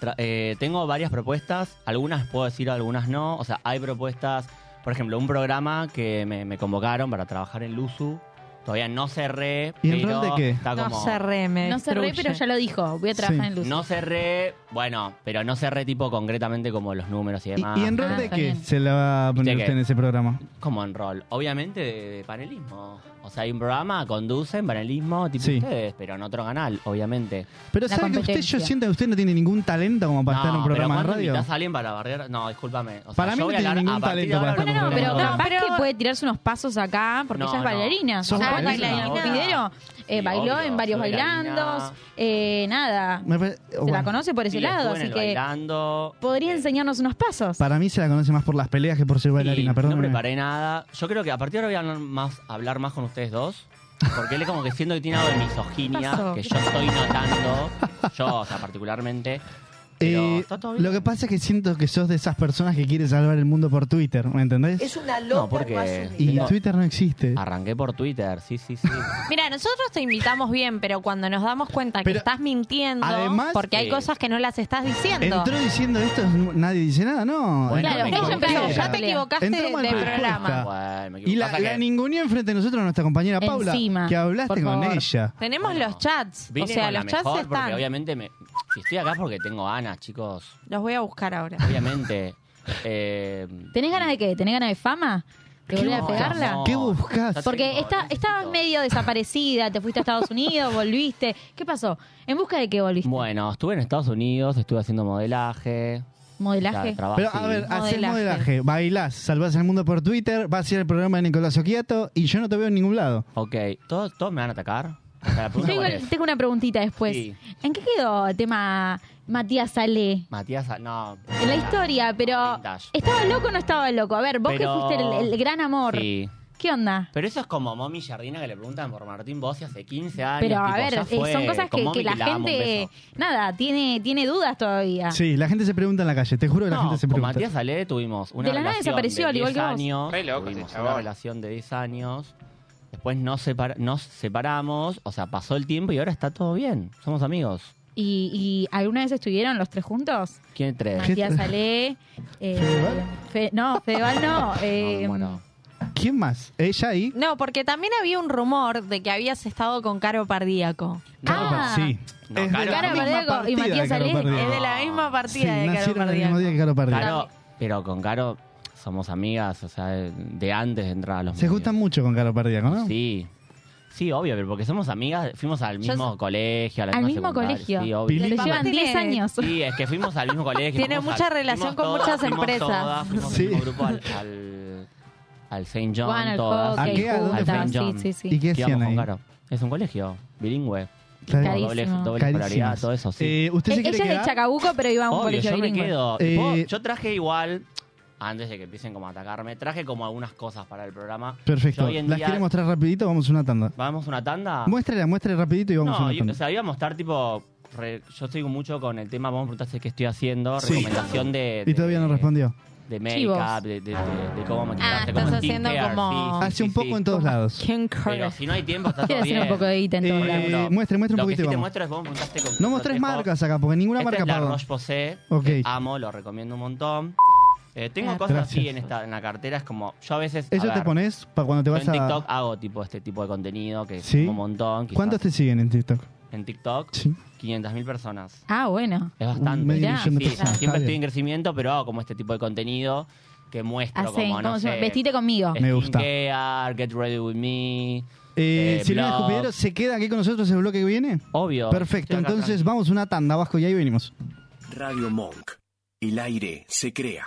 tra- eh, tengo varias propuestas, algunas puedo decir, algunas no, o sea, hay propuestas, por ejemplo, un programa que me, me convocaron para trabajar en Luzu, todavía no cerré,
¿Y en
pero
rol de qué?
está
No
como...
cerré, me
No cerré,
destruye.
pero ya lo dijo. Voy a trabajar en luz.
No cerré, bueno, pero no cerré tipo concretamente como los números y
¿Y,
demás.
y en rol
Ah,
de
está
qué
bien.
se la va a poner
¿De qué?
usted en ese programa?
Como en rol. Obviamente de, de panelismo. O sea, hay un programa, conducen panelismo tipo
Sí.
ustedes, pero en otro canal, obviamente.
Pero
La
¿sabe que usted, yo
competencia.
siento que usted no tiene ningún talento como para
No,
estar en un
pero
programa de
¿cuándo
radio?
invitás a alguien para barrer? No, discúlpame. O sea,
Para
yo
mí no
voy a
tiene
hablar-
ningún
a partir de
talento para
ahora-
estar en un
No, pero
programa de radio.
capaz que puede tirarse unos pasos acá, porque
No,
ella es
no.
bailarina.
Sos
O sea,
bailarina.
bailarina. Videro eh,
Sí,
bailó
obvio,
en varios
soy bailarina.
bailandos. eh, nada.
Me pare-
Se la
bueno,
conoce por ese
Sí, estuve
lado,
en
así
el
que
bailando.
podría enseñarnos unos pasos.
Para mí se la conoce más por las peleas que por ser bailarina,
Y No
perdón.
preparé nada. Yo creo que a partir de ahora voy a hablar más, hablar más con ustedes dos. Porque él es como que siento que tiene algo de
¿Qué
misoginia
pasó?
que
¿Qué
yo estoy notando. Yo, o sea, particularmente. Pero
Eh,
está todo bien.
lo que pasa es que siento que sos de esas personas que quieren salvar el mundo por Twitter, ¿me entendés?
una
No, porque
y
tengo-
Twitter no existe.
arranqué por Twitter, sí, sí, sí.
Mira, nosotros te invitamos bien, pero cuando nos damos cuenta que
Pero,
estás mintiendo,
además,
porque hay
eh,
cosas que no las estás diciendo.
Entró diciendo esto, n- nadie dice nada, no.
Bueno,
Entró
Claro,
mal
ella empezó,
cualquiera.
ya te
equivocaste
Entró mal
de
cualquiera.
programa.
Bueno, me equivoco.
Y la,
Pasa que
la ninguneó enfrente de nosotros nuestra compañera Paula,
Encima,
que hablaste
por
con
favor.
ella.
Tenemos los chats, o
vine
sea,
con la
los chats
mejor
están.
Porque obviamente, me, si estoy acá es porque tengo Ana, chicos.
Los voy a buscar ahora.
Obviamente. Eh,
¿Tenés ganas de qué? ¿Tenés ganas de fama? ¿De volver a
no,
pegarla?
no.
¿Qué buscas?
Porque
Tengo,
esta,
necesito.
estabas medio desaparecida, te fuiste a Estados Unidos, volviste. ¿Qué pasó? ¿En busca de qué volviste?
Bueno, estuve en Estados Unidos, estuve haciendo modelaje.
¿Modelaje?
tra- trabajo,
Pero a
sí.
ver, haces
Modelaje.
modelaje, bailás, salvás el mundo por Twitter, vas a ir al programa de Nicolás Oquiato y yo no te veo en ningún lado.
Ok, ¿todos, todos me van a atacar? O sea, la
Yo
pregunta
igual
cuál es.
tengo una preguntita después.
Sí.
¿En qué quedó el tema Matías Salé?
Matías, ah, no.
En la historia, pero
Vintage.
¿estaba loco o no estaba loco? A ver, vos
Pero-
que fuiste el, el gran amor.
Sí.
¿Qué onda?
Pero eso es como Mommy Jardina que le preguntan por Martín Bossi hace 15 años.
Pero a
tipo,
ver,
ya
eh,
fue.
son cosas
Con
que,
Mommy
que la
la amo, un
gente,
beso.
nada, tiene, tiene dudas
Ah.
todavía.
Sí, la gente se pregunta en la calle, te juro que la
No,
gente se
con
pregunta.
Matías Ale tuvimos una
De la nada
relación
desapareció,
de
al igual
10
que vos.
años.
Re loco
tuvimos
este
una
chabón.
relación de 10 años. Después nos, separa- nos separamos, o sea, pasó el tiempo y ahora está todo bien. Somos amigos.
¿Y, y alguna vez estuvieron los tres juntos?
¿Quién tres?
Matías Salé. eh,
¿Fedeval?
Fe- no, Fedeval no. eh,
No, bueno.
¿Quién más? ¿Ella ahí?
No, porque también había un rumor de que habías estado con Caro Pardíaco.
Ah,
sí.
No,
Es de
Caro
la
Caro
misma
Pardíaco y
partida de
Matías
Caro
Salé.
Pardíaco.
Es de la misma
Sí,
partida de Caro
nacieron el mismo día que
Pardíaco.
Caro Pardíaco.
Caro, pero con Caro somos amigas, o sea, de- de antes de entrar a los
Se
medios.
juntan mucho con Caro Pardíaco, ¿no?
Sí. Sí, obvio, pero porque somos amigas, fuimos al
Yo
mismo colegio, a la
Al
misma
mismo
secundaria,
colegio.
Sí, obvio.
Pili-
Le llevan
Tiene-
10 años.
Sí, es que fuimos al mismo colegio.
Tiene
fuimos
mucha
al-
relación
fuimos
con
todas,
muchas
fuimos
empresas.
todas, fuimos al
Sí.
mismo grupo al, al- al St. John,
Juan, al
todas.
hockey, ¿A
Ah,
qué? ¿A dónde
Al
fue?
Saint John.
Sí, sí, sí. ¿Y qué
Que
hacían
íbamos con
ahí?
Caro. Es un colegio bilingüe.
Clarísimo.
Doble, doble
Carísimas.
escolaridad, todo eso, sí.
Eh, ¿usted se
Eh,
quiere
Ella es de
quedar?
Chacabuco, pero iba a un
Obvio,
colegio
yo me
bilingüe.
quedo.
Eh,
Tipo, yo traje igual, antes de que empiecen como a atacarme, traje como algunas cosas para el programa. Yo
Perfecto.
hoy en
¿Las
día-
quiere mostrar rapidito? Vamos a una tanda.
¿Vamos a una tanda?
Muéstrela, muéstrela rapidito y vamos a
no,
una
yo,
tanda.
o sea, iba a mostrar tipo... re- yo estoy mucho con el tema, vos me preguntaste qué estoy haciendo,
Sí.
recomendación de,
y todavía no respondió.
de
Chivos.
make-up, de, de- de- de cómo maquillarte,
Ah, estás
cómo
haciendo
skincare,
como-
sí,
Hace
sí,
un
sí.
poco en todos lados.
Pero si no hay tiempo, está todo
Quiero hacer
bien.
un poco de guita en todos
Por
lados.
ejemplo,
Eh, muestre, muestre un
lo
poquito y
que sí te
vamos.
muestro es vos me preguntaste con
No
qué
mostrés
protejo.
marcas acá, porque ninguna
Esta
marca
es la
pagó.
Roche Posay,
Ok.
que amo, lo recomiendo un montón. Eh, tengo
Ah,
cosas así
gracias.
en, esta, en la cartera, es como, yo a veces, a
¿Eso te
ver,
pones para cuando te
yo
vas
en
a...?
TikTok hago tipo este tipo de contenido, que es
¿Sí?
como un montón. quizás.
¿Cuántos te siguen en TikTok?
En TikTok,
Sí.
500.000 personas.
Ah, bueno.
Es bastante.
medio
Sí,
millón de
sí,
personas, está
Siempre estoy
bien.
en crecimiento, pero hago como este tipo de contenido que muestro
Hacen,
como,
Ah, ¿cómo
no
se llama?
sé,
Vestite conmigo.
Me gusta.
skincare, Get Ready With Me,
Eh,
eh,
Silvina
blogs.
Escupidero, ¿se queda aquí con nosotros el bloque que viene?
Obvio.
Perfecto,
Estoy acá,
entonces
tranqui.
vamos una tanda, Vasco, y ahí venimos.
Radio Monk. El aire se crea.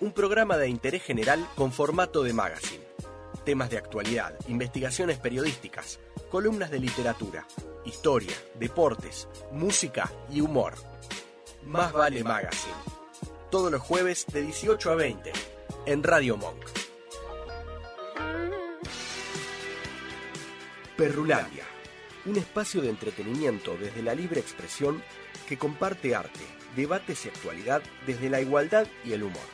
Un programa de interés general con formato de magazine. Temas de actualidad, investigaciones periodísticas, columnas de literatura, historia, deportes, música y humor. Más vale Magazine. Todos los jueves de 18 a 20 en Radio Monk. Perrulandia. Un espacio de entretenimiento desde la libre expresión que comparte arte, debates y actualidad desde la igualdad y el humor.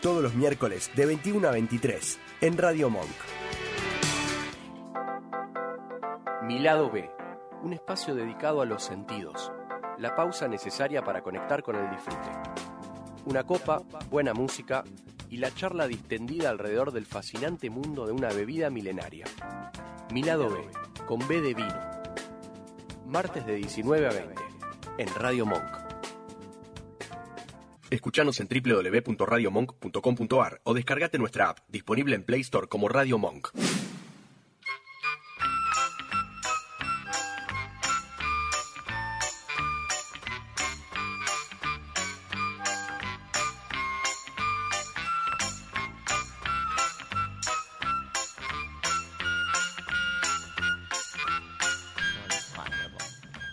Todos los miércoles de 21 a 23 en Radio Monk. Mi lado B, un espacio dedicado a los sentidos, la pausa necesaria para conectar con el disfrute. Una copa, buena música y la charla distendida alrededor del fascinante mundo de una bebida milenaria. Mi lado B, con B de vino. Martes de 19 a 20 en Radio Monk. Escuchanos en www.radiomonk.com.ar o descargate nuestra app, disponible en Play Store como Radio Monk.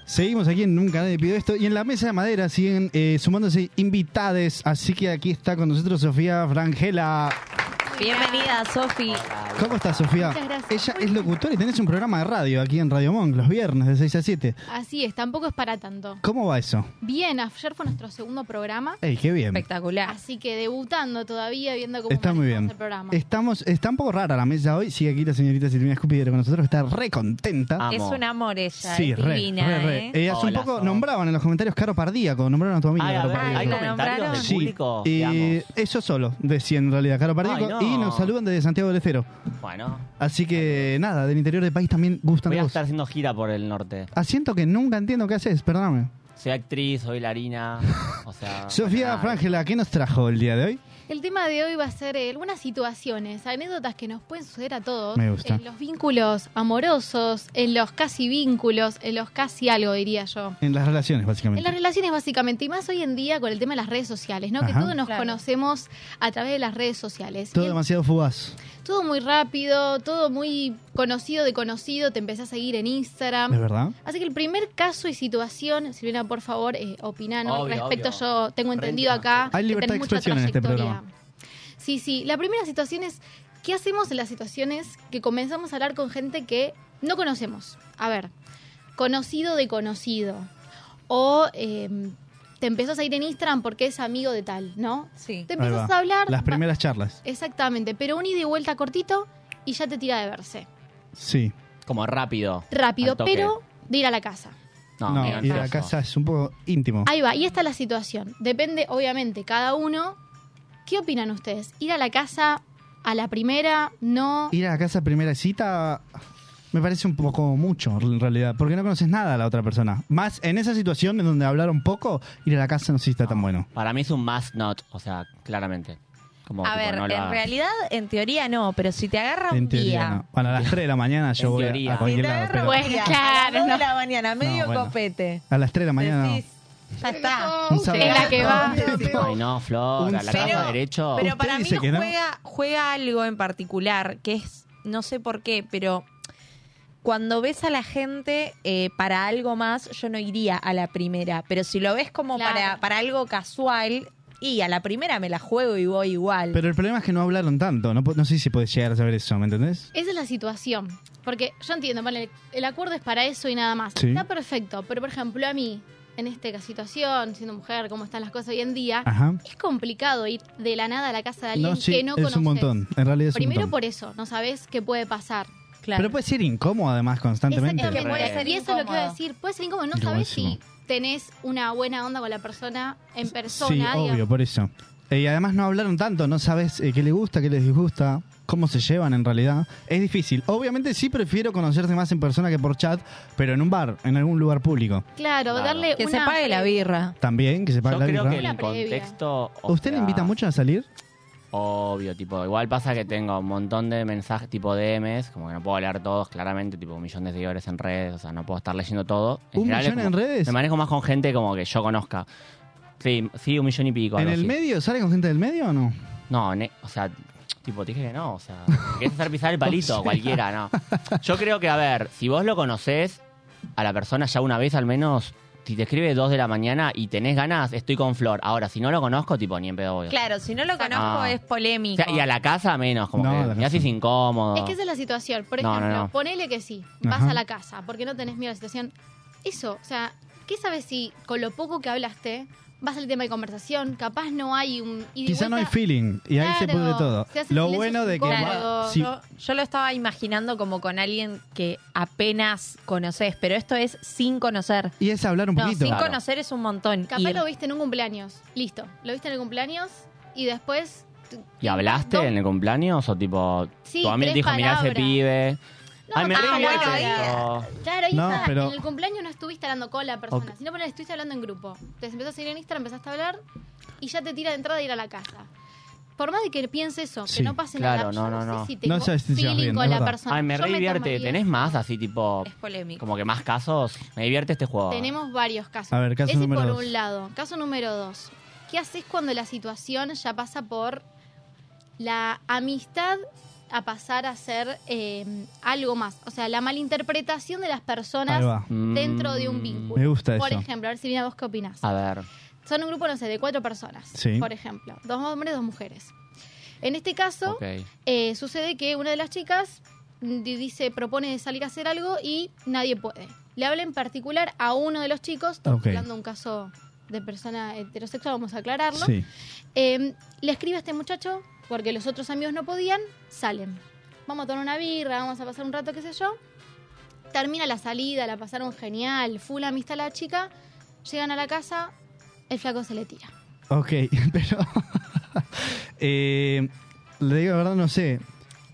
Seguimos aquí en Nunca Nadie Pidió Esto. Y en la mesa de madera siguen eh, sumándose invitades. Así que aquí está con nosotros Sofía Frangela.
Bienvenida, Sofi.
¿Cómo estás, Sofía?
Muchas gracias.
Ella es locutora y tenés un programa de radio aquí en Radio Monk los viernes de 6 a 7.
Así es, tampoco es para tanto.
¿Cómo va eso?
Bien, ayer fue nuestro segundo programa.
¡Ey, qué bien!
Espectacular. Así que debutando todavía, viendo cómo
Está muy
manejamos
bien.
el programa.
Estamos, está un poco rara la mesa hoy. Sigue aquí la señorita Silvina Escupidero con nosotros. Está re contenta.
Ah,
Es un amor ella,
Sí,
es
re,
divina,
re, re.
¿eh?
Eh, hace un poco nombraban en los comentarios Caro Pardíaco, nombraron a tu amiga.
Ay, a
Caro
ver,
Pardíaco.
Ah, ¿hay
¿La
comentarios del
nombraron?
Sí,
público?
eh, eso solo decía en realidad Caro Pardíaco
Ay, no.
y nos saludan desde Santiago del Estero.
Bueno,
Así que nada, del interior del país también gustan
voy
de
a
vos.
estar haciendo gira por el norte.
Asiento que nunca entiendo qué haces, perdóname.
Soy actriz, soy bailarina, o sea...
Sofía
nada.
Frangela, ¿qué nos trajo el día de hoy?
El tema de hoy va a ser eh, algunas situaciones, anécdotas que nos pueden suceder a todos.
Me gusta.
En los vínculos amorosos, en los casi vínculos, en los casi algo, diría yo.
En las relaciones,
En las
básicamente.
relaciones básicamente, y más hoy en día con el tema de las redes sociales, ¿no? que
Ajá.
todos nos conocemos a través de las redes sociales.
Todo
Y el-
demasiado fugaz.
todo muy rápido, todo muy conocido de conocido, te empecé a seguir en Instagram.
¿Es verdad?
Así que el primer caso y situación, Silvina, por favor, eh, opina, ¿no?
Obvio,
Al respecto,
obvio.
yo tengo entendido acá
Hay
que
libertad
tenés
de
mucha
expresión en este
trayectoria.
programa.
Sí, sí. La primera situación es, ¿qué hacemos en las situaciones que comenzamos a hablar con gente que no conocemos? A ver, conocido de conocido. O eh, te empezás a ir en Instagram porque es amigo de tal, ¿no? Sí. Te
Ahí
empezás
va.
a hablar...
Las
va-
primeras charlas.
Exactamente, pero un ida y vuelta cortito y ya te tira de verse.
Sí.
Como rápido.
Rápido,
al toque.
pero de ir a la casa.
No,
No,
mira,
ir a la
eso.
casa es un poco íntimo.
Ahí va, y esta es la situación. Depende, obviamente, cada uno ¿Qué opinan ustedes? ¿Ir a la casa a la primera? ¿No?
Ir a la casa primera cita me parece un poco mucho, en realidad, porque no conoces nada a la otra persona. Más en esa situación en donde hablaron poco, ir a la casa no sé si está tan bueno.
Para mí es un must not, o sea, claramente. Como,
A
tipo,
ver,
no lo
en
hagas.
realidad, en teoría no, pero si te agarra
En
un
teoría,
día.
no. Bueno, a las 3 de la mañana yo
En
voy a-
teoría.
a, cualquier lado. pero-
Bueno, a las dos de la mañana, medio
No, bueno.
copete.
a las 3 de la mañana no.
Ya está.
Un sábado. Es la que va.
Ay, no, Flor,
Un
a la
sábado.
casa derecho.
Pero para mí
dice
no
que no.
juega, juega algo en particular, que es, no sé por qué, pero cuando ves a la gente eh, para algo más, yo no iría a la primera. Pero si lo ves como para, para algo casual, y a la primera me la juego y voy igual.
Pero el problema es que no hablaron tanto. No, po- no sé si podés llegar a saber eso, ¿me entendés?
Esa es la situación. Porque yo entiendo, vale, el acuerdo es para eso y nada más.
Sí.
Está perfecto, pero por ejemplo a mí, en esta situación, siendo mujer, cómo están las cosas hoy en día,
Ajá.
es complicado ir de la nada a la casa de alguien
Ah. No, sí,
que no
es
conoces.
un montón. En realidad es
Primero
un montón.
por eso, no sabes qué puede pasar.
Pero puede ser incómodo además constantemente.
Exactamente. y eso es lo que iba a
incómodo.
decir. Puede ser incómodo, no
Pero
sabes si
buenísimo.
tenés una buena onda con la persona en persona.
Sí,
digamos.
obvio, por eso. Eh, Y además no hablaron tanto, no sabes eh, qué les gusta, qué les disgusta, cómo se llevan en realidad. Es difícil. Obviamente sí prefiero conocerse más en persona que por chat, pero en un bar, en algún lugar público.
Claro, darle
Que
una...
se pague la birra.
También, que se pague
Yo
la
creo
birra.
que el contexto. o
¿Usted le
sea,
invita mucho a salir?
Obvio, tipo, igual pasa que tengo un montón de mensajes tipo DMs, como que no puedo leer todos, claramente, tipo un millón de seguidores en redes, o sea, no puedo estar leyendo todo.
¿Un
general es
millón en
como-
redes?
Me manejo más con gente como que yo conozca. Sí, sí un millón y pico.
¿En
algo
el
así.
medio? ¿Sale con gente del medio o no?
No, ne- o sea, tipo, te dije que no, o sea, querés hacer pisar el palito,
O sea.
cualquiera, no. Yo creo que, a ver, si vos lo conocés a la persona ya una vez al menos, si te escribe dos de la mañana y tenés ganas, estoy con Flor. Ahora, si no lo conozco, tipo, ni en pedo voy.
Claro, si no lo conozco
Ah.
es
O
polémico.
sea, y a la casa menos, como
No, a la
que me haces incómodo.
Es que esa es la situación. Por
Ah. No,
ejemplo,
no, no.
ponele que sí, vas
Ajá.
a la casa porque no tenés miedo a la situación. Eso, o sea, ¿qué sabes si con lo poco que hablaste vas al tema de conversación? Capaz no hay un. ida y
Quizá no hay
vuelta.
feeling y ahí se
Claro,
pudre todo.
se hace
Lo
silencio
bueno de que...
Claro,
Sí,
yo, yo lo estaba imaginando como con alguien que apenas conoces, pero esto es sin conocer.
Y es hablar un
No,
poquito.
sin conocer es un montón.
Capaz
Ir.
lo viste en un cumpleaños. Listo. Lo viste en el cumpleaños y después. tu-
¿Y hablaste en el cumpleaños o tipo,
Sí,
tu amigo
tres
dijo, mirá ese
palabras.
pibe? Ay, me
tres
re igual
palabras.
que esto.
Claro, ahí
No,
está.
pero-
En el cumpleaños no estuviste hablando con la persona,
Ok.
sino ponele, estuviste hablando en grupo. Te empezó a seguir en Instagram, empezaste a hablar y ya te tira de entrada de ir a la casa. Por más de que piense eso, que
Sí,
no pase nada.
claro,
yo
no, no, no.
sé si tengo feeling con la persona.
Ay, me
Yo
re divierte.
tomaría-
¿Tenés más así tipo,
polémico.
como que más casos? Me divierte este juego.
Tenemos varios casos.
A ver, caso
Ese
número
por
dos.
un lado. Caso número dos. ¿Qué haces cuando la situación ya pasa por la amistad a pasar a ser eh, algo más? O sea, la malinterpretación de las
Ahí
personas
va.
dentro de un vínculo.
Me gusta
Por
eso.
ejemplo, a ver, Silvina, ¿vos qué opinás?
Mm. A ver.
Son un grupo, no sé, de cuatro personas.
Sí.
Por ejemplo, dos hombres, dos mujeres. En este caso,
Ok.
eh, sucede que una de las chicas mm, di- dice, propone de salir a hacer algo y nadie puede. Le habla en particular a uno de los chicos, estamos
Ok.
hablando de un caso de persona heterosexual, vamos a aclararlo.
Sí.
Eh, le escribe a este muchacho, porque los otros amigos no podían, salen. Vamos a tomar una birra, vamos a pasar un rato, qué sé yo. Termina la salida, la pasaron genial, full amistad la chica. Llegan a la casa, el flaco se le tira.
Ok, pero. eh, le digo la verdad, no sé.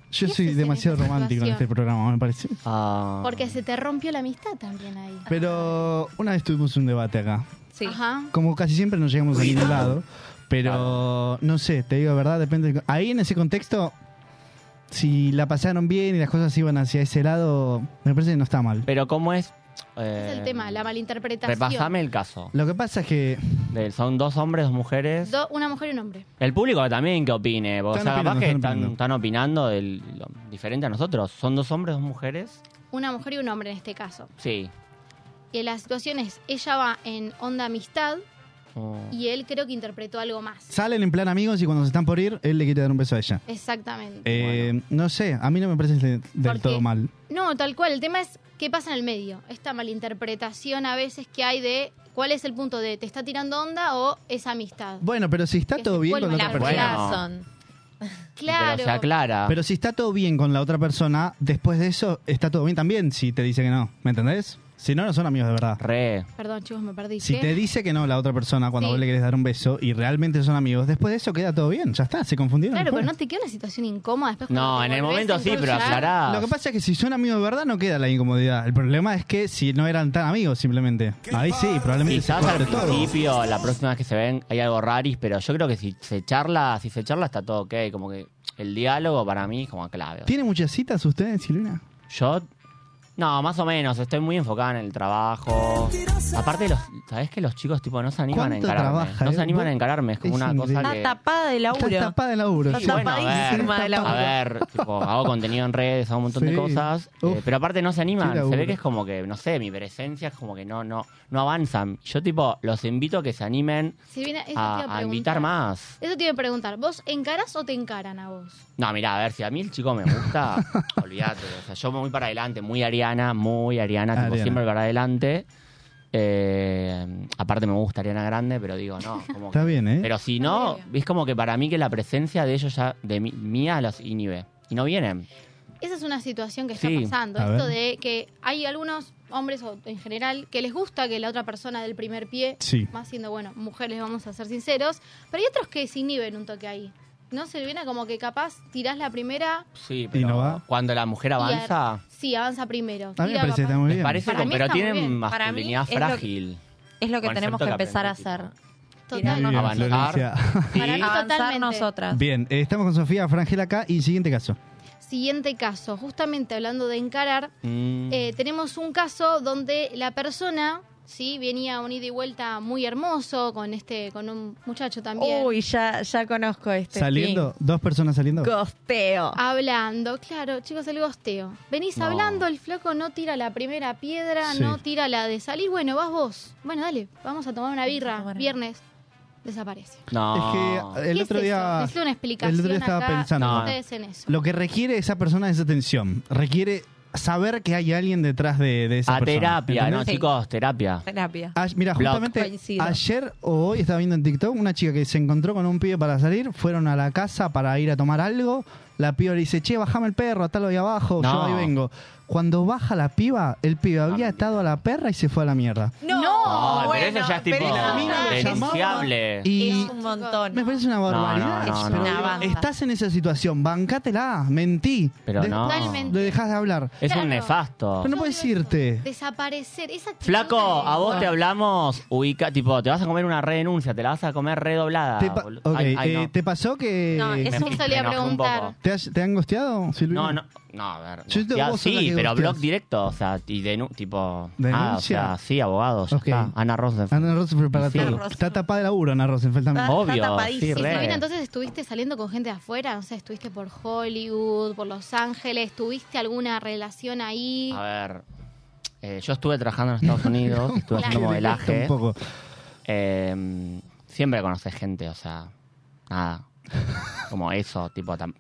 Yo soy demasiado romántico en este
situación?
programa, me parece.
Ah,
Porque se te rompió la amistad también ahí.
Pero una vez tuvimos un debate acá.
ah,
Ajá.
Como casi siempre no llegamos a ningún lado. Pero no sé, te digo la verdad, depende. del- Ahí en ese contexto, si la pasaron bien y las cosas iban hacia ese lado, me parece que no está mal.
Pero ¿cómo es?
Ese es el
Eh,
tema, la malinterpretación.
Repasame el caso.
Lo que pasa es que...
son dos hombres, dos mujeres.
Do- una mujer y un hombre.
El público también que opine. porque,
Están
o sea, capaz
opinando,
que
están
están, están opinando
opinando.
del- lo- diferente a nosotros. ¿Son dos hombres, dos mujeres?
Una mujer y un hombre en este caso.
Sí.
Y la situación es, ella va en onda amistad
Oh.
y él creo que interpretó algo más.
Salen en plan amigos y cuando se están por ir, él le quiere dar un beso a ella.
Exactamente.
Eh, No sé, a mí no me parece de- del todo mal.
No, tal cual. El tema es qué pasa en el medio. Esta malinterpretación a veces que hay de cuál es el punto de te está tirando onda o es amistad.
Bueno, pero si está todo bien con la otra persona.
Claro.
Pero si está todo bien con la otra persona, después de eso está todo bien también si te dice que no. ¿Me entendés? Si no, no son amigos de verdad.
Re.
Perdón, chicos, me perdí.
Si
¿Qué?
te dice que no la otra persona cuando
Sí.
vos le querés dar un beso y realmente son amigos, después de eso queda todo bien, ya está, se confundieron.
Claro, pero
después.
no te queda una situación incómoda después.
No, en el momento sí, pero aclará.
Lo que pasa es que si son amigos de verdad no queda la incomodidad. El problema es que si no eran tan amigos simplemente. Ahí sí, probablemente se
Quizás al
corte todo.
principio, la próxima vez que se ven, hay algo raris, pero yo creo que si se charla, si se charla está todo ok. Como que el diálogo para mí es como clave.
¿Tiene muchas citas ustedes, Silvina?
Yo, no, más o menos, estoy muy enfocada en el trabajo. Aparte, los, ¿sabés que los chicos tipo no se animan a
¿Cuánto
encararme?
trabaja,
no
eh?
se animan
Vos-
a encararme, es como
es
una cosa
Está
que...
tapada de laburo.
Está tapada de laburo.
Está
sí.
Bueno, a ver,
tapadísima de laburo.
a ver, tipo, hago contenido en redes, hago un montón
Sí.
de cosas, eh,
Uf,
pero aparte no se
qué
animan, se
laburo.
ve que es como que, no sé, mi presencia es como que no, no, no avanzan. Yo tipo, los invito a que se animen
Si viene, eso te
a,
iba a
a
preguntar.
invitar más.
Eso te iba a preguntar. ¿Vos encaras o te encaran a vos?
No, mira, a ver, si a mí el chico me gusta, olvídate. O sea, yo muy para adelante, muy Ariana, muy Ariana, tipo,
Ariana.
siempre para adelante. Eh, aparte me gusta Ariana Grande, pero digo, no, como que-
Está bien, ¿eh?
Pero si no, es como que para mí que la presencia de ellos ya, de mí, mía, los inhibe. Y no vienen.
Esa es una situación que está
Sí.
pasando.
A
Esto
ver.
de que hay algunos hombres o en general que les gusta que la otra persona del primer pie,
Sí.
más siendo, bueno, mujeres, vamos a ser sinceros, pero hay otros que se inhiben un toque ahí. No se viene como que capaz tirás la primera
Sí, pero cuando la mujer
y
avanza,
ar- sí, avanza primero.
A mí me
Tira
parece
capaz-
que está muy bien. Parece
Para
como-
mí
pero
está muy
tienen
bien.
más-
Para mí
masculinidad
es lo-
frágil.
Es lo que
Concepto
tenemos que
que
empezar a hacer.
Muy bien, Florencia.
avanzar. Sí.
Para mí
Avanzar
totalmente.
nosotras.
Bien, eh, estamos con Sofía Frangel acá y siguiente caso.
Siguiente caso, justamente hablando de encarar,
Mm.
eh, tenemos un caso donde la persona, sí, venía un ida y vuelta muy hermoso con este, con un muchacho también.
Uy, ya, ya conozco este.
Saliendo, dos personas saliendo.
Gosteo.
Ah, Hablando, claro, chicos, el gosteo. Venís
No.
hablando, el flaco no tira la primera piedra,
Sí.
no tira la de salir. Bueno, vas vos. Bueno, dale, vamos a tomar una birra. Viernes, desaparece.
No.
Es que eh, el
¿Qué
otro
es eso?
día.
Necesito una explicación
El otro día estaba
acá de
pensando.
ustedes en eso.
Lo que requiere esa persona es atención. Requiere saber que hay alguien detrás de, de esa
A
persona.
terapia, ¿no,
¿entendés?
chicos? Terapia.
Terapia.
Ah, mira,
Blog.
justamente
Coincido.
ayer o hoy estaba viendo en TikTok una chica que se encontró con un pibe para salir, fueron a la casa para ir a tomar algo, la piba le dice, che, bajame el perro, atalo ahí abajo, yo
No. Ah.
ahí vengo. Cuando baja la piba, el pibe había atado a la perra y se fue a la mierda.
No,
Oh,
No, pero
bueno,
eso ya es tipo
pero eso ya es-
denunciable.
Y-
es un montón.
Me parece una barbaridad.
Eh. no, no,
pero
no.
digo,
Una banda.
Estás en esa situación, bancátela, mentí.
Pero
De-
no. Eh, Totalmente.
Le dejás de hablar.
Es un nefasto.
Pero no puedes irte.
Desaparecer. Esa actitud
Flaco,
de-
a vos te hablamos, ubica, tipo, te vas a comer una redenuncia, te la vas a comer redoblada.
Te pa-
Ah, boludo.
ok,
Ay, ay,
eh,
no.
¿te pasó que...?
No, eso
Me-
solía
me enojé un poco.
preguntar.
¿Te, has- te han gosteado, Silvina?
No, no, no, a ver.
Yo te-
ya,
vos sos la
sí,
que
pero
gosteas.
blog directo, o sea, y denu- tipo. Ah, o
¿Denuncia?
sea, sí, abogado, ya
Ok.
está. Ana Rosenfeld.
Ana Rosenfeld para
Sí.
todo.
Ana Rosenfeld.
Está tapada de laburo Ana Rosenfeld también.
Está- está Obvio,
Y
tapadísima. sí, re.
Silvina, entonces estuviste saliendo con gente de afuera, no sé, estuviste por Hollywood, por Los Ángeles, ¿tuviste alguna relación ahí?
A ver, eh, yo estuve trabajando en Estados Unidos, estuve haciendo
Claro.
modelaje.
Un poco.
Eh, siempre conoces gente, o sea, nada. Como eso, tipo. tam-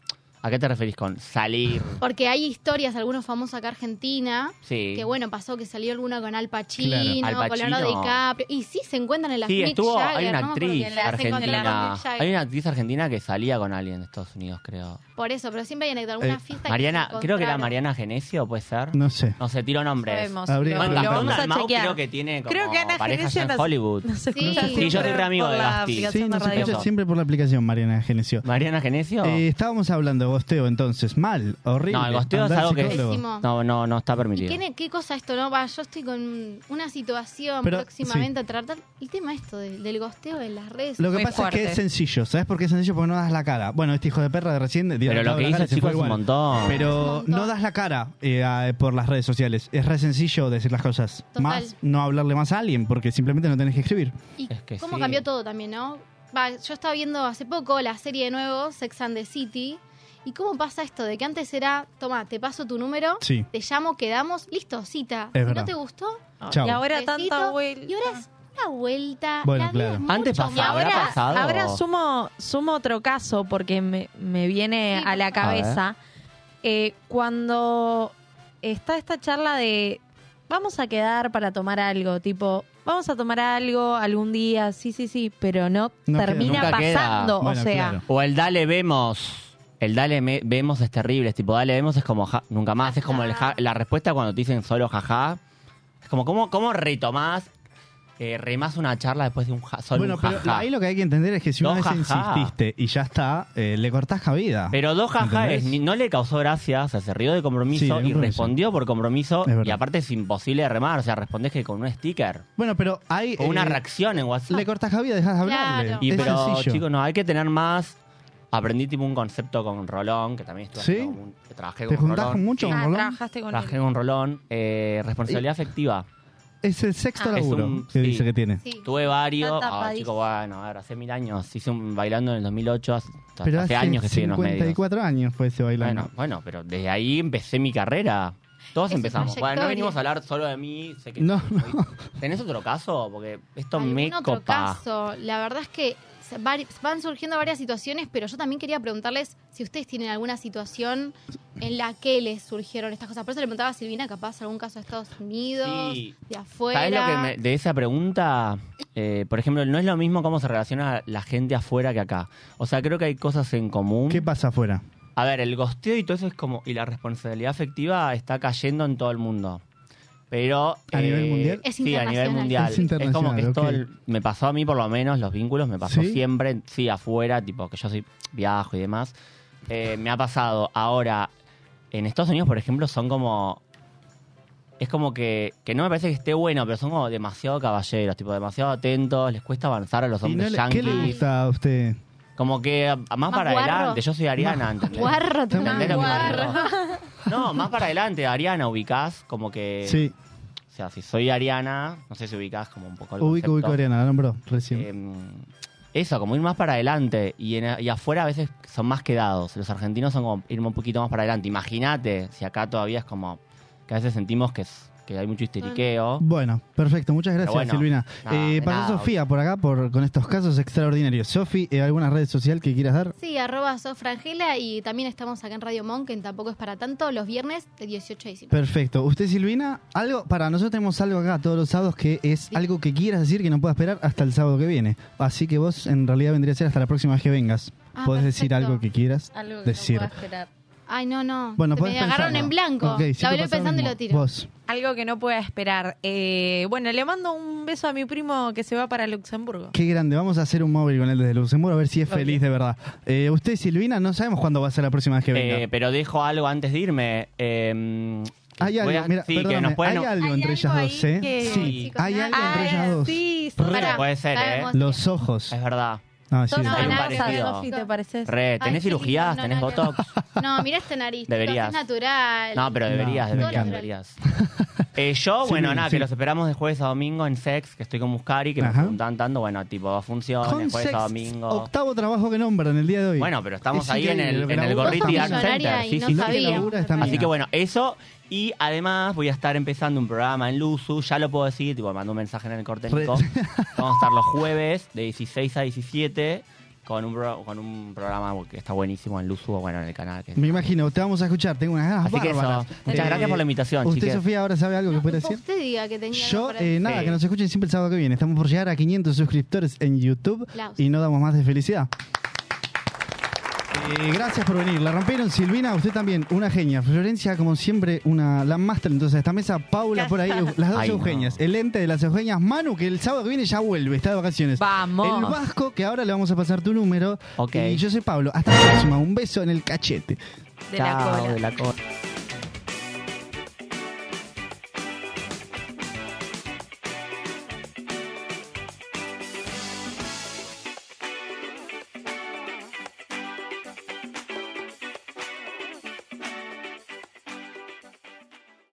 ¿A qué te referís con salir?
Porque hay historias, algunos famosos acá Argentina,
Sí.
que bueno, pasó que salió alguna con Al Pacino,
Claro. Al
con Leonardo
Pacino.
DiCaprio, y sí se encuentran en las
Sí,
Mick
estuvo.
Jagger,
Hay una
no me acuerdo
actriz
quién las encontraron,
argentina.
Mick Jagger.
Hay una actriz argentina que salía con alguien de Estados Unidos, creo.
Por eso, pero siempre hay en alguna
Eh,
fiesta que se
Mariana, creo que era
encontraron.
Mariana Genesio, puede ser.
No sé.
No sé, tiro nombres.
Sabemos,
Bueno,
lo- lo
Gastón
vamos a
Dalmau
chequear.
creo que tiene como
Creo que Ana
pareja
Genesio
ya en
nos-
Hollywood.
nos escucha
sí. yo soy
siempre
re amigo
por
de
la
Gasti.
aplicación
Sí, nos
de radio.
escucha siempre por la aplicación Mariana Genesio.
¿Mariana Genesio?
Eh, estábamos hablando de gosteo entonces. Mal, horrible.
No, el gosteo es
Andá al
algo que
psicólogo.
Pésimo.
no, no, no está permitido.
¿Qué, ne- qué cosa esto, no? Va, yo estoy con una situación
Pero,
próximamente a tratar. El tema esto de- del gosteo en las redes.
Lo que pasa es que es sencillo. ¿Sabes por qué es sencillo? Porque no das la cara. Bueno, este hijo de perra de recién... dio
Pero
la
lo que
cara
hizo
y se
chico
fue
es un
igual.
montón.
Pero no das la cara eh, a- por las redes sociales. Es re sencillo decir las cosas.
Total.
Más no hablarle más a alguien porque simplemente no tenés que escribir.
¿Y
Es que
cómo
sí.
cambió todo también, no? Va, yo estaba viendo hace poco la serie de nuevo, Sex and the City. ¿Y cómo pasa esto? De que antes era, toma, te paso tu número,
Sí.
te llamo, quedamos, listo, cita.
Es
si
verdad.
no te gustó,
Chao.
Y ahora
besito,
tanta vuelta.
Y ahora es una vuelta.
Bueno,
la vida
claro.
es mucho
Antes
más-
pasaba, ahora,
ahora,
pasado.
ahora sumo, sumo otro caso porque me, me viene a la cabeza. Eh, cuando está esta charla de vamos a quedar para tomar algo, tipo, vamos a tomar algo algún día, sí, sí, sí, pero no,
No queda.
termina
Nunca queda.
pasando.
Bueno,
o sea,
claro. O el dale vemos. El dale me- vemos es terrible. Es tipo, dale vemos es como ja- nunca más. Es como el ja- la respuesta cuando te dicen solo jaja. Es como, ¿cómo, cómo retomás, eh, remás una charla después de un ja, solo
Bueno,
un
pero
jajá?
ahí lo que hay que entender es que si una
Dos
vez
jajá.
insististe y ya está, eh, le cortás cabida.
Pero dos jajas
¿Entendés?
no le causó gracia, o sea, se rió de compromiso
Sí, de
y
compromiso.
respondió por compromiso. Y aparte es imposible de remar, o sea, respondés que con un sticker.
Bueno, pero hay.
O una
eh,
reacción en WhatsApp.
Le cortás cabida, dejás de hablarle.
Y
es
pero,
sencillo.
chicos, no, hay que tener más. Aprendí tipo un concepto con Rolón, que también estuve
¿Sí?
haciendo un- que trabajé
¿Te
con
juntás
Rolón.
mucho con
Ah,
Rolón?
trabajaste con
Trabajé
él.
con Rolón. Eh, responsabilidad afectiva.
Es el sexto
Ah.
laburo
Es un-
que
sí.
dice que tiene.
Tuve varios.
Está
ah,
tapadísimo.
chico, bueno, a ver, hace mil años. Hice un bailando en el 2008. Hace,
Pero
hace
hace,
años que estoy en los medios.
54 años fue ese bailando.
Bueno, bueno, pero desde ahí empecé mi carrera. Todos
Es su
empezamos. Bueno, no
trayectoria.
venimos a hablar solo de mí. sé que-
No,
¿Tenés otro caso? Porque esto me
En otro
copa.
caso, la verdad es que se- vari- van surgiendo varias situaciones, pero yo también quería preguntarles si ustedes tienen alguna situación en la que les surgieron estas cosas. Por eso le preguntaba a Silvina, capaz, algún caso de Estados Unidos,
Sí.
de
¿Sabés lo que
afuera.
me- de esa pregunta? Eh, por ejemplo, no es lo mismo cómo se relaciona la gente afuera que acá. O sea, creo que hay cosas en común.
¿Qué pasa afuera?
A ver, el gosteo y todo eso es como. Y la responsabilidad afectiva está cayendo en todo el mundo. Pero. eh,
¿A nivel mundial? Es
Sí, a nivel
internacional.
mundial.
Es
Es, como que
internacional,
es todo
ok.
el- Me pasó a mí, por lo menos, los vínculos, me pasó
¿Sí?
siempre, sí, afuera, tipo, que yo soy viajo y demás. Eh, me ha pasado. Ahora, en Estados Unidos, por ejemplo, son como. Es como que, que no me parece que esté bueno, pero son como demasiado caballeros, tipo, demasiado atentos, les cuesta avanzar a los
¿Y no
hombres
le- ¿Qué
yanquis.
le gusta a usted?
Como que a- a- más, para
guarro?
adelante, yo soy Ariana, ¿entendés?
Guarro, te
¿Entendés lo que te digo?
guarro.
No, más para adelante, Ariana, ubicás como que.
Sí.
O sea, si soy Ariana, no sé si ubicás como un poco el
Ubico, ubico
concepto. Em,
a Ariana, la nombró recién.
Eso, como ir más para adelante. Y, en- y afuera a veces son más quedados. Los argentinos son como ir un poquito más para adelante. Imagínate, si acá todavía es como. Que a veces sentimos que, es- que hay mucho histeriqueo.
Bueno, perfecto. Muchas
Pero
gracias,
bueno,
Silvina.
nada,
Eh,
de
pasó
nada.
Sofía por acá por, con estos casos extraordinarios. Sofi, eh, ¿alguna red social que quieras dar?
Sí, arroba sofrangela y también estamos acá en Radio Monk, que tampoco es para tanto, los viernes de 18 a 19.
Perfecto. ¿Usted, Silvina? Algo para nosotros tenemos algo acá todos los sábados que es algo que quieras decir que no pueda esperar hasta el sábado que viene. Así que vos en realidad vendría a ser hasta la próxima vez que vengas.
Ah,
Podés decir
perfecto.
algo que quieras
Algo que no
decir.
puedas Ay, no, no.
Bueno,
Se
podés
me agarraron
pensarlo.
en blanco.
Ok, siempre
la volví
pasa lo
pensando y
mismo.
lo tiro.
Vos.
Algo que no pueda esperar. Eh, bueno, le mando un beso a mi primo que se va para Luxemburgo.
Qué grande, vamos a hacer un móvil con él desde Luxemburgo a ver si es
Obvio.
feliz de verdad. Eh, usted, Silvina, no sabemos cuándo va a ser la próxima vez que venga.
Eh, pero dejo algo antes de irme. Eh,
hay
voy
algo,
a-
mira,
sí, que
perdóname,
nos pueden-
hay algo entre ellas dos, ¿eh?
que-
Sí,
Chicos,
hay algo
Ah,
entre ellas dos.
Sí,
Re, puede ser, ¿eh?
Los ojos.
Es verdad.
No, sí,
Sos
es
Hay un
anaza,
parecido.
Sofi, ¿te pareces?
Re, tenés cirugías,
no,
tenés
no, no.
botox.
No, mira esta nariz. Deberías.
Deberías.
Es natural.
No, pero deberías,
Todo
deberías,
natural.
deberías. Eh, yo,
Sí,
bueno,
bien,
nada,
sí.
que los esperamos de jueves a domingo en Sex, que estoy con Muscari, que me
Ajá.
preguntan tanto, bueno, tipo dos funciones,
Con
jueves a
sex,
domingo.
Octavo trabajo que nombran el día de hoy.
Bueno, pero estamos
Es
ahí en
increíble,
el,
lo
en
que
el
labura
Gorriti
esta
Art
mina.
Center.
Y lo que labura esta
Así
mina.
que bueno, eso. Y además voy a estar empezando un programa en Luzu, ya lo puedo decir, tipo, mandó un mensaje en el corte
Re-
Nico. Vamos a estar los jueves de 16 a 17 con un, pro- con un programa que está buenísimo en Luzu, o bueno, en el canal. Que
Me imagino, te vamos a escuchar, tengo unas ganas
Así que eso,
bárbaras.
muchas gracias por la invitación,
¿Usted,
chiques.
Sofía, ahora sabe algo que puede decir?
Usted diga que tenía.
Yo,
algo para
eh,
decir.
nada, que nos escuchen siempre el sábado que viene. Estamos por llegar a 500 suscriptores en YouTube
Aplausos.
y no damos más de felicidad. Eh, gracias por venir. La rompieron Silvina, usted también, una genia. Florencia, como siempre, una la más talentosa de esta mesa. Paula, por ahí, las dos
Ay, no.
Eugenias. El ente de las Eugenias. Manu, que el sábado que viene ya vuelve, está de vacaciones.
Vamos.
El Vasco, que ahora le vamos a pasar tu número.
Ok.
Y yo soy Pablo. Hasta la próxima. Un beso en el cachete.
Chao, de la cola.